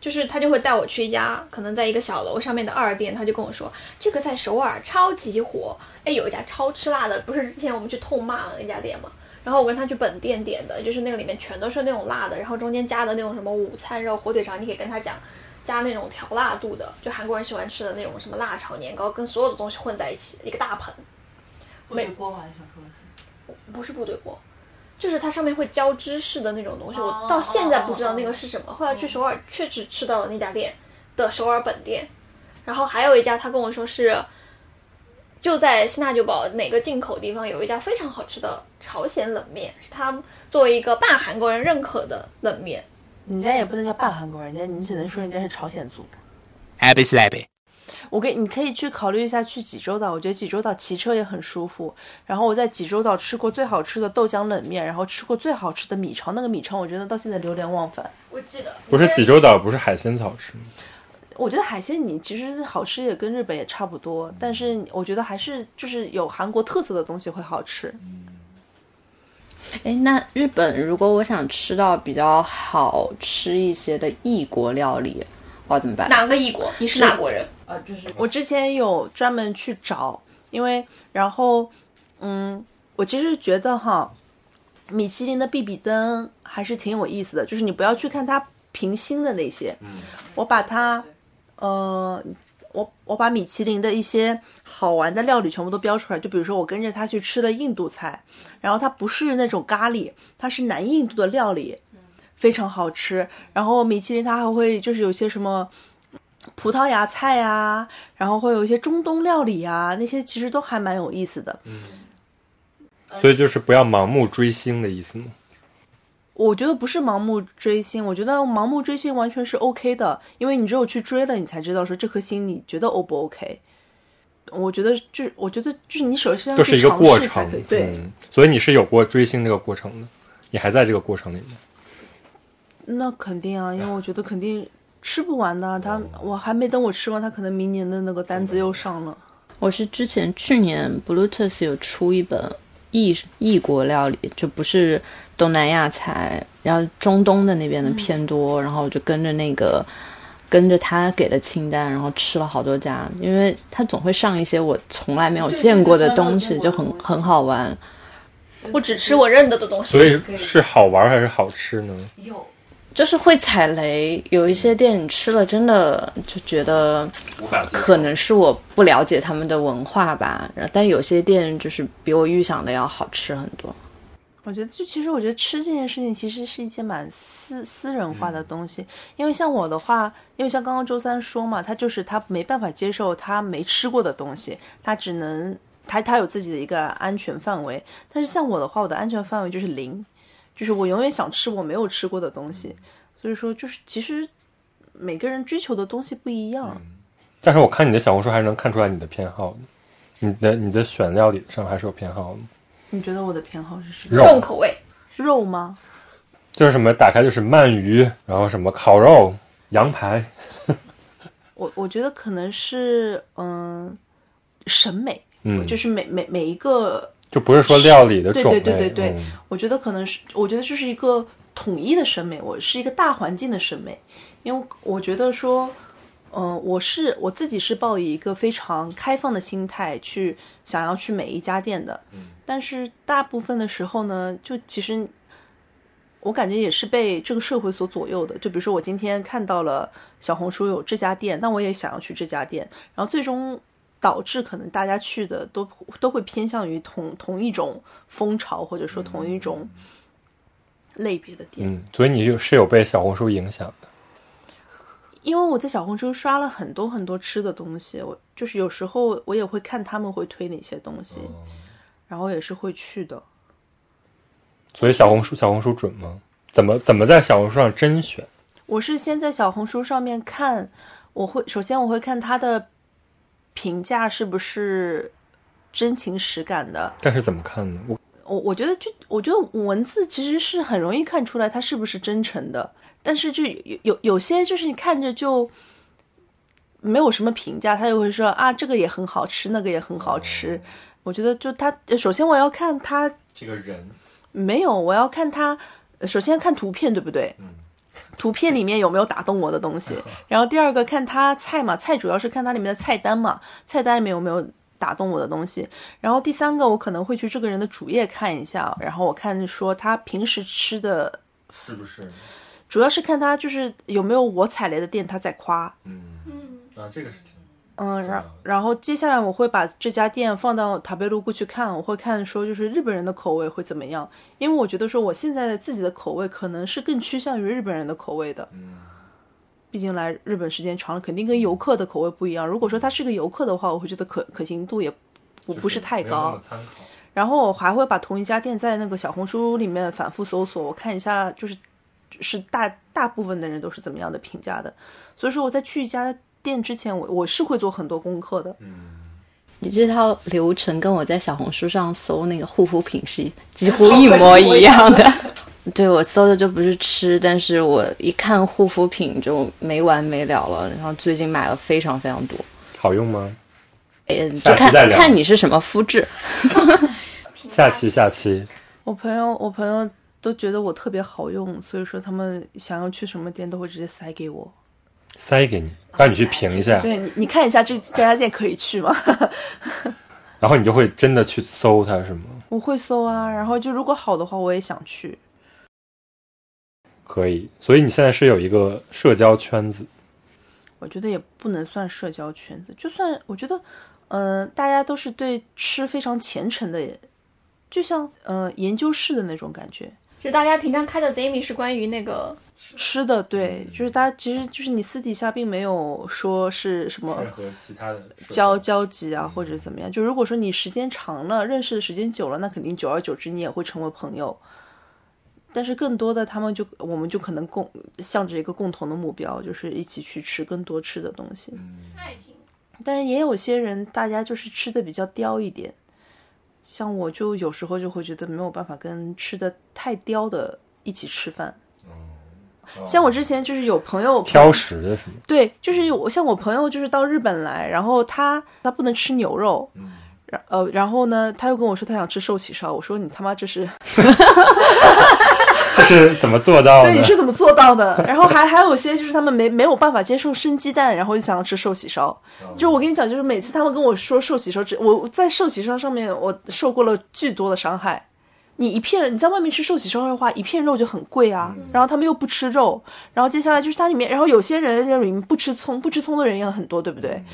Speaker 3: 就是他就会带我去一家可能在一个小楼上面的二店，他就跟我说这个在首尔超级火，哎，有一家超吃辣的，不是之前我们去痛骂了那家店吗？然后我跟他去本店点的，就是那个里面全都是那种辣的，然后中间加的那种什么午餐肉、火腿肠，你可以跟他讲加那种调辣度的，就韩国人喜欢吃的那种什么辣炒年糕，跟所有的东西混在一起，一个大盆，没
Speaker 4: 锅碗想说
Speaker 3: 不是部队锅，就是它上面会浇芝士的那种东西。
Speaker 4: 哦
Speaker 3: 我到现在不知道那个是什么，后来去首尔确实吃到了那家店的首尔本店，然后还有一家他跟我说是就在新大久保哪个进口地方有一家非常好吃的朝鲜冷面，是他作为一个半韩国人认可的冷面。
Speaker 4: 人家也不能叫半韩国人，人家你只能说人家是朝鲜族。
Speaker 7: Happy slappy.
Speaker 4: 我给你可以去考虑一下去济州岛，我觉得济州岛骑车也很舒服。然后我在济州岛吃过最好吃的豆浆冷面，然后吃过最好吃的米肠，那个米肠我觉得到现在流连忘返。
Speaker 3: 我记得
Speaker 2: 不是济州岛，不是海鲜好吃吗？
Speaker 4: 我觉得海鲜你其实好吃也跟日本也差不多，但是我觉得还是就是有韩国特色的东西会好吃。
Speaker 6: 哎，那日本如果我想吃到比较好吃一些的异国料理，我要怎么办？
Speaker 3: 哪个异国？你是哪国人？
Speaker 6: 呃，就是
Speaker 4: 我之前有专门去找，因为然后嗯，我其实觉得哈，米其林的必比登还是挺有意思的，就是你不要去看它评星的那些，我把它呃，我我把米其林的一些好玩的料理全部都标出来，就比如说我跟着他去吃了印度菜，然后它不是那种咖喱，它是南印度的料理。非常好吃，然后米其林它还会就是有些什么葡萄牙菜啊呀、然后会有一些中东料理啊，那些其实都还蛮有意思的。
Speaker 2: 所以就是不要盲目追星的意思吗？
Speaker 4: 我觉得不是盲目追星，我觉得盲目追星完全是 OK 的，因为你只有去追了，你才知道说这颗星你觉得 O 不 OK。我觉得就是，我觉得就是你首先要
Speaker 2: 都是
Speaker 4: 去
Speaker 2: 一个
Speaker 4: 尝
Speaker 2: 过
Speaker 4: 试才
Speaker 2: 程
Speaker 4: 可以，对，
Speaker 2: 嗯，所以你是有过追星这个过程的，你还在这个过程里面。嗯
Speaker 4: 那肯定啊，因为我觉得肯
Speaker 2: 嗯
Speaker 4: 定吃不完的啊。他我还没等我吃完，他可能明年的那个单子又上了。
Speaker 6: 我是之前去年 Bluetooth 有出一本异异国料理，就不是东南亚菜，然后中东的那边
Speaker 5: 嗯
Speaker 6: 的偏多，然后我就跟着那个跟着他给的清单，然后吃了好多家，因为他总会上一些我从来没有
Speaker 5: 对对
Speaker 6: 见过
Speaker 5: 对
Speaker 6: 的
Speaker 5: 从来没
Speaker 6: 东
Speaker 5: 有见
Speaker 6: 西，
Speaker 5: 过的
Speaker 6: 就很
Speaker 5: 东西
Speaker 6: 很好玩。
Speaker 3: 我只吃我认得的东西。
Speaker 2: 所以是好玩还是好吃呢？
Speaker 5: 有
Speaker 6: 就是会踩雷，有一些店你吃了真的就觉得
Speaker 2: 无法接受
Speaker 6: 可能是我不了解他们的文化吧，然后但有些店就是比我预想的要好吃很多。
Speaker 4: 我觉得，就其实我觉得吃这件事情其实是一件蛮私私人化的东西，因为像我的话，因为像刚刚周三说嘛，他就是他没办法接受他没吃过的东西，他只能他他有自己的一个安全范围。但是像我的话，我的安全范围就是零，就是我永远想吃我没有吃过的东西。所以说，就是其实每个人追求的东西不一样。
Speaker 2: 但是我看你的小红书还是能看出来你的偏好的，你的你的选料理上还是有偏好的。
Speaker 4: 你觉得我的偏好是什么？
Speaker 3: 重
Speaker 2: 肉
Speaker 3: 口味，
Speaker 4: 肉吗？
Speaker 2: 就是什么打开就是鳗鱼，然后什么烤肉、羊排，
Speaker 4: 我我觉得可能是嗯审美。
Speaker 2: 嗯，
Speaker 4: 就是是每每每一个，
Speaker 2: 就不是说料理的
Speaker 4: 对
Speaker 2: 种类，
Speaker 4: 对对对对
Speaker 2: 嗯，
Speaker 4: 我觉得可能是，我觉得这是一个统一的审美，我是一个大环境的审美，因为我觉得说，嗯、我是我自己是抱以一个非常开放的心态去想要去每一家店的，但是大部分的时候呢，就其实我感觉也是被这个社会所左右的。就比如说，我今天看到了小红书有这家店，那我也想要去这家店，然后最终导致可能大家去的都都会偏向于同同一种风潮，或者说同一种类别的店。
Speaker 2: 嗯，所以你就是有被小红书影响的，
Speaker 4: 因为我在小红书刷了很多很多吃的东西，我就是有时候我也会看他们会推哪些东西，然后也是会去的。
Speaker 2: 所以小红书小红书准吗？怎么怎么在小红书上甄选？
Speaker 4: 我是先在小红书上面看，我会首先我会看他的评价是不是真情实感的。
Speaker 2: 但是怎么看呢？我
Speaker 4: 我我觉得就我觉得文字其实是很容易看出来他是不是真诚的，但是就有有有些就是你看着就没有什么评价，他就会说啊这个也很好吃，那个也很好吃。我觉得就他首先我要看他
Speaker 2: 这个人
Speaker 4: 没有，我要看它，呃首先看图片，对不对？图片里面有没有打动我的东西？然后第二个看它菜嘛，菜主要是看它里面的菜单嘛，菜单里面有没有打动我的东西？然后第三个，我可能会去这个人的主页看一下，然后我看说他平时吃的，
Speaker 2: 是不是？
Speaker 4: 主要是看他就是有没有我踩雷的店他在夸，
Speaker 2: 嗯
Speaker 3: 嗯，
Speaker 2: 啊，这个是挺
Speaker 4: 嗯，然
Speaker 2: 的
Speaker 4: 然后接下来我会把这家店放到塔贝路过去看，我会看说就是日本人的口味会怎么样，因为我觉得说我现在的自己的口味可能是更趋向于日本人的口味的，毕竟来日本时间长了，肯定跟游客的口味不一样。如果说他是个游客的话，我会觉得可可行度也不不是太高。
Speaker 2: 参考。
Speaker 4: 然后我哦还会把同一家店在那个小红书里面反复搜索，我看一下就是是大大部分的人都是怎么样的评价的。所以说我在去一家店之前，我我是会做很多功课的。
Speaker 6: 你这套流程跟我在小红书上搜那个护肤品是几乎一模一样 的。对，我搜的就不是吃，但是我一看护肤品就没完没了了。然后最近买了非常非常多，
Speaker 2: 好用吗？
Speaker 6: 哎，
Speaker 2: 下
Speaker 6: 就
Speaker 2: 次
Speaker 6: 看
Speaker 2: 再聊
Speaker 6: 看你是什么肤质。
Speaker 2: 下期下期，
Speaker 4: 我朋友，我朋友都觉得我特别好用，所以说他们想要去什么店都会直接塞给我。
Speaker 2: 塞给你，让你去评一下，
Speaker 4: 啊对你，你看一下这这家店可以去吗？
Speaker 2: 然后你就会真的去搜它，是吗？
Speaker 4: 我会搜啊，然后就如果好的话，我也想去。
Speaker 2: 可以。所以你现在是有一个社交圈子，
Speaker 4: 我觉得也不能算社交圈子，就算我觉得，嗯、大家都是对吃非常虔诚的，就像呃研究室的那种感觉。
Speaker 3: 就大家平常开的 Zamy 是关于那个
Speaker 4: 吃的对，就是大家其实就是你私底下并没有说是什么
Speaker 2: 和其他的
Speaker 4: 交交集啊，或者怎么样。就如果说你时间长了，认识的时间久了，那肯定久而久之你也会成为朋友。但是更多的，他们就我们就可能共向着一个共同的目标，就是一起去吃更多吃的东西。
Speaker 2: 嗯
Speaker 3: 爱情，
Speaker 4: 但是也有些人，大家就是吃的比较刁一点。像我就有时候就会觉得没有办法跟吃的太刁的一起吃饭。像我之前就是有朋友
Speaker 2: 挑食的是吗？
Speaker 4: 对，就是我像我朋友就是到日本来，然后他他不能吃牛肉，然呃，然后呢，他又跟我说他想吃寿喜烧，我说你他妈这是
Speaker 2: 这是怎么做到的
Speaker 4: 对，？你是怎么做 到的？然后还还有些就是他们没没有办法接受生鸡蛋，然后就想要吃寿喜烧。
Speaker 2: 哦
Speaker 4: 就是我跟你讲，就是每次他们跟我说寿喜烧，只我在寿喜烧上面我受过了巨多的伤害。你一片你在外面吃寿喜烧的话，一片肉就很贵啊。
Speaker 2: 嗯
Speaker 4: 然后他们又不吃肉，然后接下来就是它里面，然后有些人人里面不吃葱，不吃葱的人也很多，对不
Speaker 2: 嗯
Speaker 4: 对？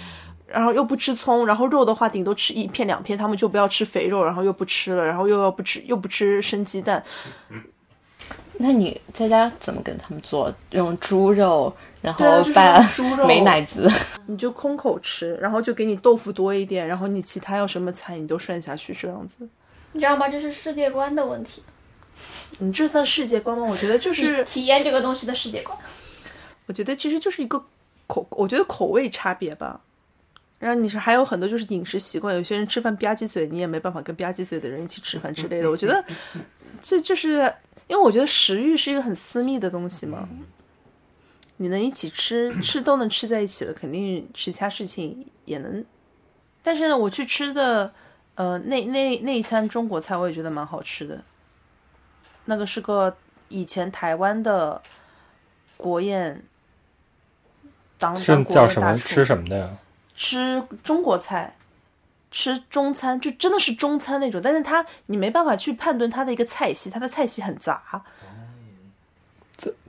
Speaker 4: 然后又不吃葱，然后肉的话顶多吃一片两片，他们就不要吃肥肉，然后又不吃了，然后又要不吃又不吃生鸡蛋，
Speaker 6: 那你在家怎么跟他们做？用猪肉，然
Speaker 4: 对啊
Speaker 6: 后
Speaker 4: 就是
Speaker 6: 拌
Speaker 4: 用猪肉
Speaker 6: 美乃滋，
Speaker 4: 你就空口吃，然后就给你豆腐多一点，然后你其他要什么菜你都涮下去，这样子。
Speaker 3: 你知道吗？这是世界观的问题，
Speaker 4: 你这算世界观吗？我觉得就是，
Speaker 3: 体验这个东西的世界观。
Speaker 4: 我觉得其实就是一个口，我觉得口味差别吧。然后你是还有很多就是饮食习惯，有些人吃饭吧唧嘴，你也没办法跟吧唧嘴的人一起吃饭之类的。我觉 得这就是因为我觉得食欲是一个很私密的东西嘛，你能一起吃吃都能吃在一起了，肯定其他事情也能。但是呢，我去吃的呃那那那一餐中国菜，我也觉得蛮好吃的。那个是个以前台湾的国宴，当
Speaker 2: 是
Speaker 4: 当国
Speaker 2: 叫
Speaker 4: 宴
Speaker 2: 什
Speaker 4: 大
Speaker 2: 么
Speaker 4: 厨
Speaker 2: 吃什么的呀？
Speaker 4: 吃中国菜，吃中餐，就真的是中餐那种。但是它你没办法去判断它的一个菜系，它的菜系很杂。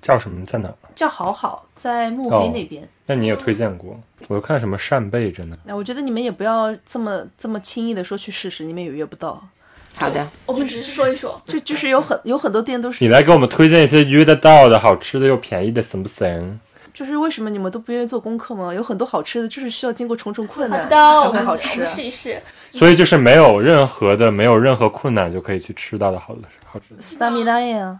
Speaker 2: 叫什么在哪？
Speaker 4: 叫好好，在慕黑那边。
Speaker 2: 那你也推荐过？我又看什么扇贝，真的
Speaker 4: 那、我觉得你们也不要这么这么轻易的说去试试，你们也约不到。
Speaker 6: 好的，
Speaker 3: 我们只是说一说，
Speaker 4: 就就是有很有很多店都
Speaker 2: 你
Speaker 4: 是，
Speaker 2: 来给我们推荐一些约得到的好吃的又便宜的，行不行？
Speaker 4: 就是为什么你们都不愿意做功课吗？有很多好吃的，就是需要经过重重困难
Speaker 3: 好的，
Speaker 4: 才
Speaker 3: 我
Speaker 4: 会
Speaker 3: 们
Speaker 4: 好
Speaker 3: 我
Speaker 4: 吃啊
Speaker 3: 们。试一试。
Speaker 2: 所以就是没有任何的，没有任何困难就可以去吃到的好的好吃的。
Speaker 4: stamina 呀，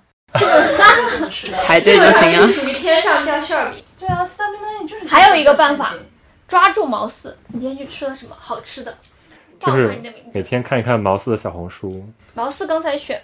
Speaker 6: 排队就行 啊。
Speaker 3: 属于天上掉馅儿饼。
Speaker 4: 对啊，stamina 就是。
Speaker 3: 还有一个办法，抓住毛四，你今天去吃了什么好吃的？报
Speaker 2: 就
Speaker 3: 上
Speaker 2: 是
Speaker 3: 你的名字。
Speaker 2: 每天看一看毛四的小红书，
Speaker 3: 毛四刚才选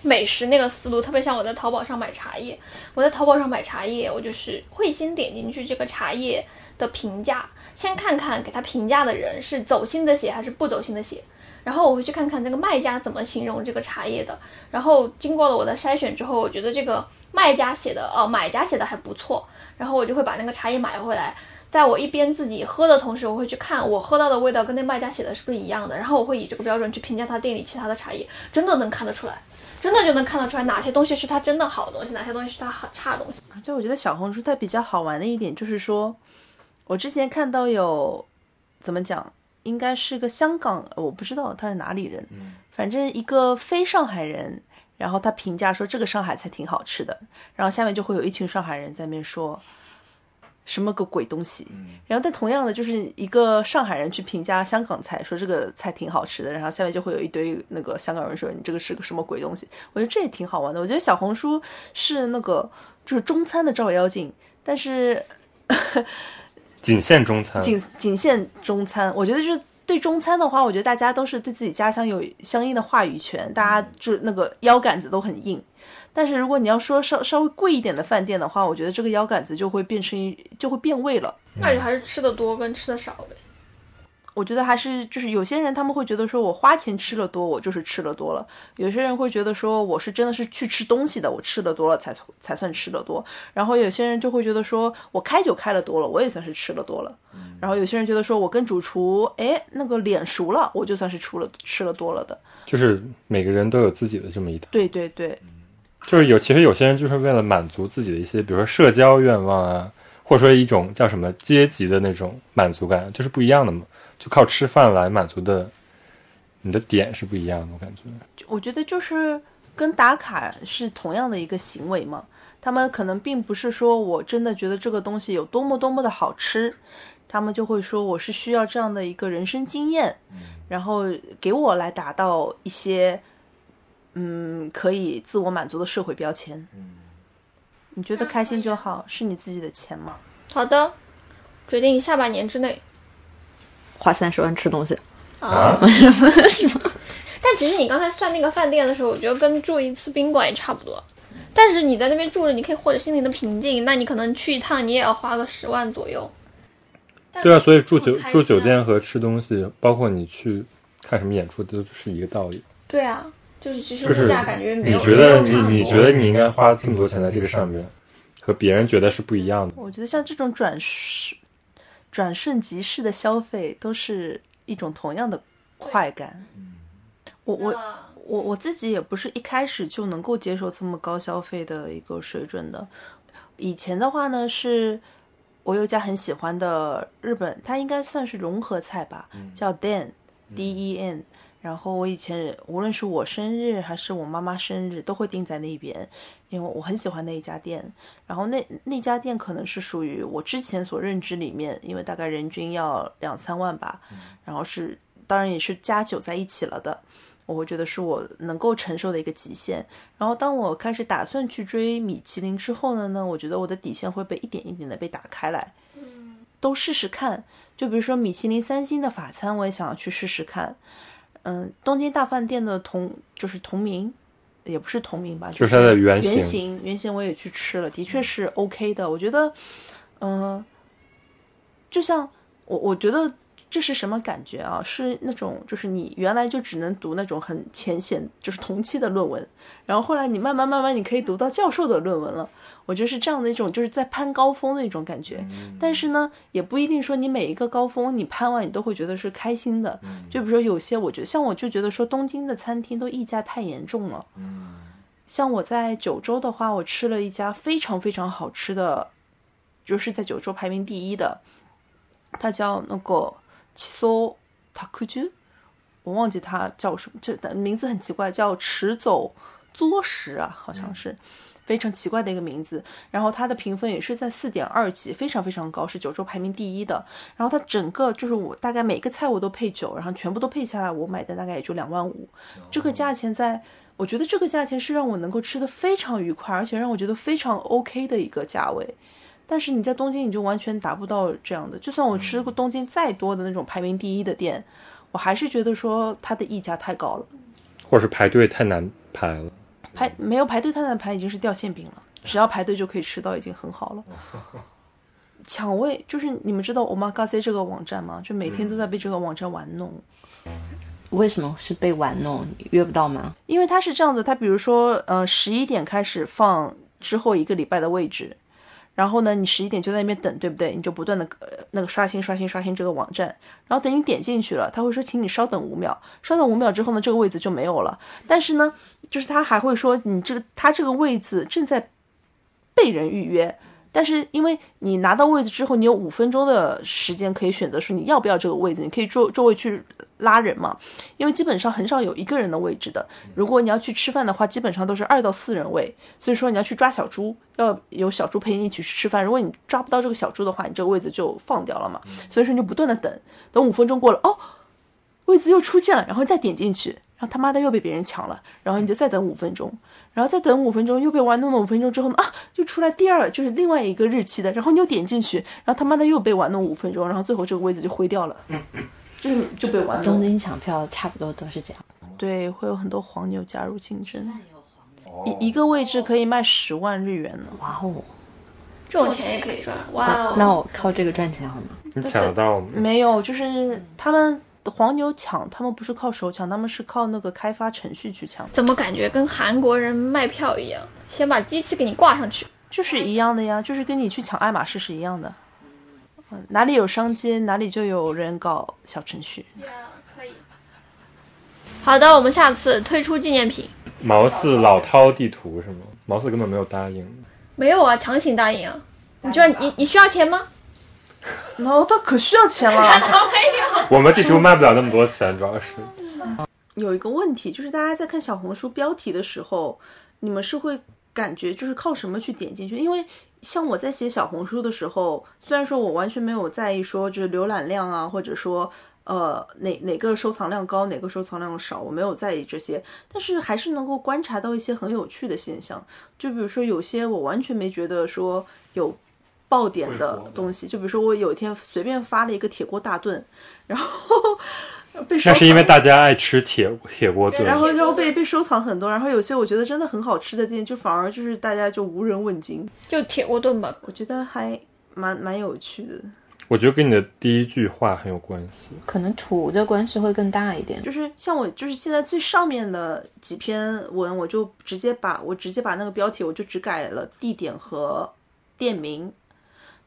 Speaker 3: 美食那个思路，特别像我在淘宝上买茶叶。我在淘宝上买茶叶，我就是会先点进去这个茶叶的评价，先看看给他评价的人是走心的写还是不走心的写，然后我会去看看那个卖家怎么形容这个茶叶的。然后经过了我的筛选之后，我觉得这个卖家写的，呃，买家写的还不错，然后我就会把那个茶叶买回来。在我一边自己喝的同时，我会去看我喝到的味道跟那卖家写的是不是一样的，然后我会以这个标准去评价他店里其他的茶叶，真的能看得出来，真的就能看得出来哪些东西是他真的好的东西，哪些东西是他好差的东西。
Speaker 4: 就我觉得小红书它比较好玩的一点就是说，我之前看到有怎么讲，应该是个香港，呃我不知道他是哪里人，反正一个非上海人，然后他评价说这个上海菜挺好吃的，然后下面就会有一群上海人在那边说。什么个鬼东西？然后但同样的，就是一个上海人去评价香港菜，说这个菜挺好吃的，然后下面就会有一堆那个香港人说你这个是个什么鬼东西。我觉得这也挺好玩的。我觉得小红书是那个就是中餐的照妖镜，但是
Speaker 2: 仅限中餐。
Speaker 4: 仅仅限中餐。我觉得就是对中餐的话，我觉得大家都是对自己家乡有相应的话语权，大家就是那个腰杆子都很硬。但是如果你要说稍稍微贵一点的饭店的话，我觉得这个腰杆子就会变成一就会变味了。
Speaker 3: 那就还是吃的多跟吃的少呗。
Speaker 4: 我觉得还是就是有些人他们会觉得说我花钱吃了多，我就是吃了多了；有些人会觉得说我是真的是去吃东西的，我吃了多了才才算吃了多。然后有些人就会觉得说我开酒开了多了，我也算是吃了多了。然后有些人觉得说我跟主厨哎那个脸熟了，我就算是出了吃了多了的。
Speaker 2: 就是每个人都有自己的这么一套，
Speaker 4: 对对对，
Speaker 2: 就是有其实有些人就是为了满足自己的一些，比如说社交愿望啊，或者说一种叫什么阶级的那种满足感，就是不一样的嘛，就靠吃饭来满足的，你的点是不一样的，我感
Speaker 3: 嗯
Speaker 2: 觉。
Speaker 4: 就我觉得就是跟打卡是同样的一个行为嘛。他们可能并不是说我真的觉得这个东西有多么多么的好吃，他们就会说我是需要这样的一个人生经验，然后给我来达到一些嗯可以自我满足的社会标签。你嗯觉得开心就好，是你自己的钱嘛？
Speaker 3: 好的，决定下半年之内。
Speaker 6: 花三十万吃东西，
Speaker 2: 啊，
Speaker 3: 但其实你刚才算那个饭店的时候，我觉得跟住一次宾馆也差不多。但是你在那边住着，你可以获得心灵的平静。那你可能去一趟，你也要花个十万左右。但
Speaker 2: 对啊，所以住
Speaker 3: 这
Speaker 2: 酒
Speaker 3: 么开心
Speaker 2: 住酒店和吃东西，包括你去看什么演出，都是一个道理。
Speaker 3: 对啊，就是其实
Speaker 2: 就是
Speaker 3: 物价感觉没有
Speaker 2: 你觉得
Speaker 3: 没
Speaker 2: 你
Speaker 3: 有差
Speaker 2: 你
Speaker 3: 多
Speaker 2: 觉得你应该花这么多钱在这个上面，和别人觉得是不一样的。
Speaker 4: 我觉得像这种转瞬转瞬即逝的消费，都是一种同样的快感。我我
Speaker 3: 啊
Speaker 4: 我我自己也不是一开始就能够接受这么高消费的一个水准的。以前的话呢，是我有一家很喜欢的日本，它应该算是融合菜吧，叫 Den D E N。然后我以前无论是我生日还是我妈妈生日，都会订在那边，因为我很喜欢那一家店。然后那那家店可能是属于我之前所认知里面，因为大概人均要两三万吧，然后是当然也是加酒在一起了的，我会觉得是我能够承受的一个极限。然后当我开始打算去追米其林之后呢，呢，我觉得我的底线会被一点一点的被打开来，都试试看。就比如说米其林三星的法餐，我也想要去试试看。嗯，东京大饭店的同就是同名，也不是同名吧，
Speaker 2: 就是是它的原型嗯
Speaker 4: 原型原型我也去吃了，的确是 OK 的。我觉得，嗯、就像我我觉得这是什么感觉啊？是那种就是你原来就只能读那种很浅显，就是同期的论文，然后后来你慢慢慢慢你可以读到教授的论文了。我觉得是这样的一种，就是在攀高峰的一种感觉。但是呢，也不一定说你每一个高峰你攀完你都会觉得是开心的。就比如说有些，我觉得像我就觉得说东京的餐厅都溢价太严重了。像我在九州的话，我吃了一家非常非常好吃的，就是在九州排名第一的，它叫那个七索塔库居，我忘记它叫什么，就名字很奇怪，叫迟走作食啊，好像是。非常奇怪的一个名字，然后它的评分也是在四点二级，非常非常高，是九州排名第一的。然后它整个就是我大概每个菜我都配酒，然后全部都配下来，我买的大概也就两万五，这个价钱在，我觉得这个价钱是让我能够吃的非常愉快，而且让我觉得非常 OK 的一个价位。但是你在东京，你就完全达不到这样的。就算我吃过东京再多的那种排名第一的店，我还是觉得说它的溢价太高了，
Speaker 2: 或者是排队太难排了。
Speaker 4: 排没有排队摊的排已经是掉馅饼了，只要排队就可以吃到，已经很好了。抢位就是你们知道 Omakase 这个网站吗？就每天都在被这个网站玩弄。
Speaker 6: 为什么是被玩弄？你约不到吗？
Speaker 4: 因为它是这样子，它比如说，呃，十一点开始放之后一个礼拜的位置，然后呢，你十一点就在那边等，对不对？你就不断的、呃、那个刷新、刷新、刷新这个网站，然后等你点进去了，他会说请你稍等五秒，稍等五秒之后呢，这个位子就没有了。但是呢，就是他还会说你这个他这个位子正在被人预约。但是因为你拿到位子之后，你有五分钟的时间可以选择说你要不要这个位子，你可以周周围去拉人嘛。因为基本上很少有一个人的位置的。如果你要去吃饭的话，基本上都是二到四人位，所以说你要去抓小猪，要有小猪陪你一起去吃饭。如果你抓不到这个小猪的话，你这个位子就放掉了嘛。所以说你就不断的等，等五分钟过了，哦，位子又出现了，然后再点进去，然后他妈的又被别人抢了，然后你就再等五分钟。然后再等五分钟，又被玩弄了五分钟之后呢，啊，就出来第二，就是另外一个日期的，然后你又点进去，然后他妈的又被玩弄五分钟，然后最后这个位子就灰掉了，就是就被玩弄
Speaker 6: 东。京抢票差不多都是这样。
Speaker 4: 对，会有很多黄牛加入竞争。一一个位置可以卖十万日元呢。
Speaker 6: 哇哦，
Speaker 3: 这种钱也可以赚，哇哦！
Speaker 6: 那我靠这个赚钱好吗？
Speaker 2: 你抢得到吗？
Speaker 4: 没有，就是他们黄牛抢，他们不是靠手抢，他们是靠那个开发程序去抢，
Speaker 3: 怎么感觉跟韩国人卖票一样？先把机器给你挂上去，
Speaker 4: 就是一样的呀，就是跟你去抢爱马仕是一样的。嗯，哪里有商机，哪里就有人搞小程序。
Speaker 3: 可以。好的，我们下次推出纪念品。
Speaker 2: 毛四老饕地图是吗？毛四根本没有答应。
Speaker 3: 没有啊，强行答应啊！你觉得你你需要钱吗？
Speaker 4: 然后他哦可需要钱了。
Speaker 2: 我们地图卖不了那么多钱，主要是
Speaker 4: 有一个问题就是，大家在看小红书标题的时候，你们是会感觉就是靠什么去点进去？因为像我在写小红书的时候，虽然说我完全没有在意说就是浏览量啊，或者说呃哪哪个收藏量高，哪个收藏量少，我没有在意这些，但是还是能够观察到一些很有趣的现象。就比如说有些我完全没觉得说有爆点的东西，就比如说我有一天随便发了一个铁锅大炖，然后 被收
Speaker 2: 那是因为
Speaker 4: 藏
Speaker 2: 大家爱吃铁铁锅
Speaker 3: 对
Speaker 2: 炖
Speaker 4: 然，后
Speaker 3: 铁
Speaker 4: 然后
Speaker 3: 锅
Speaker 4: 被被收藏很多，然后有些我觉得真的很好吃的店，就反而就是大家就无人问津，
Speaker 3: 就铁锅炖吧。
Speaker 4: 我觉得还蛮蛮有趣的。
Speaker 2: 我觉得跟你的第一句话很有关系。
Speaker 6: 可能土的关系会更大一点。
Speaker 4: 就是像我就是现在最上面的几篇文，我就直接把我直接把那个标题我就只改了地点和店名，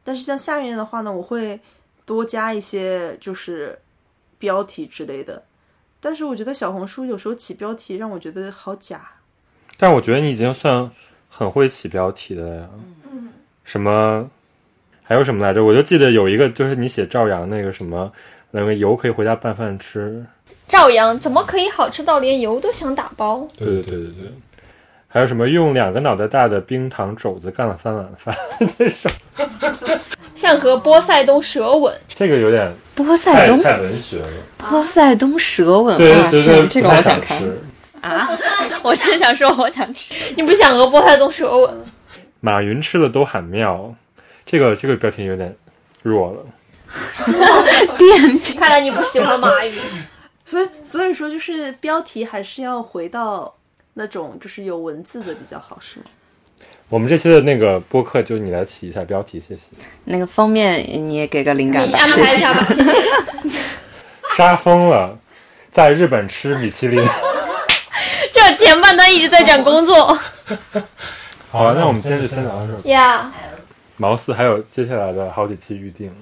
Speaker 4: 但是像下面的话呢，我会多加一些就是标题之类的。但是我觉得小红书有时候起标题让我觉得好假，
Speaker 2: 但我觉得你已经算很会起标题的了呀。
Speaker 5: 嗯，
Speaker 2: 什么？还有什么来着？我就记得有一个，就是你写赵阳那个什么，那个油可以回家拌饭吃。
Speaker 3: 赵阳怎么可以好吃到连油都想打包？
Speaker 2: 对对对对对。还有什么用两个脑袋大的冰糖肘子干了三碗 饭？
Speaker 3: 像和波塞冬舌吻，
Speaker 2: 这个有点
Speaker 6: 波塞
Speaker 2: 太
Speaker 6: 冬，
Speaker 2: 太文学了，
Speaker 6: 波塞冬蛇吻，
Speaker 2: 对，
Speaker 6: 哇
Speaker 2: 就觉
Speaker 6: 天，
Speaker 2: 得
Speaker 6: 这
Speaker 2: 不
Speaker 6: 个
Speaker 2: 太想
Speaker 6: 嗯我想看
Speaker 2: 吃。
Speaker 6: 啊！ 我真想说，我想吃。
Speaker 3: 你不想和波塞冬舌吻？
Speaker 2: 马云吃了都喊妙，这个这个标题有点弱了。
Speaker 3: 看来你不喜欢 马云。
Speaker 4: 所以所以说就是标题还是要回到那种就是有文字的比较好，是吗？
Speaker 2: 我们这期的那个播客就你来起一下标题，谢谢。
Speaker 6: 那个封面你也给个灵感
Speaker 3: 你
Speaker 6: 吧
Speaker 3: 安，排一下吧。
Speaker 2: 杀疯了，在日本吃米其林。
Speaker 3: 这前半段一直在讲工 作
Speaker 2: 好、那我们今天就先聊到这儿。
Speaker 3: 呀
Speaker 2: 毛四还有接下来的好几期预定，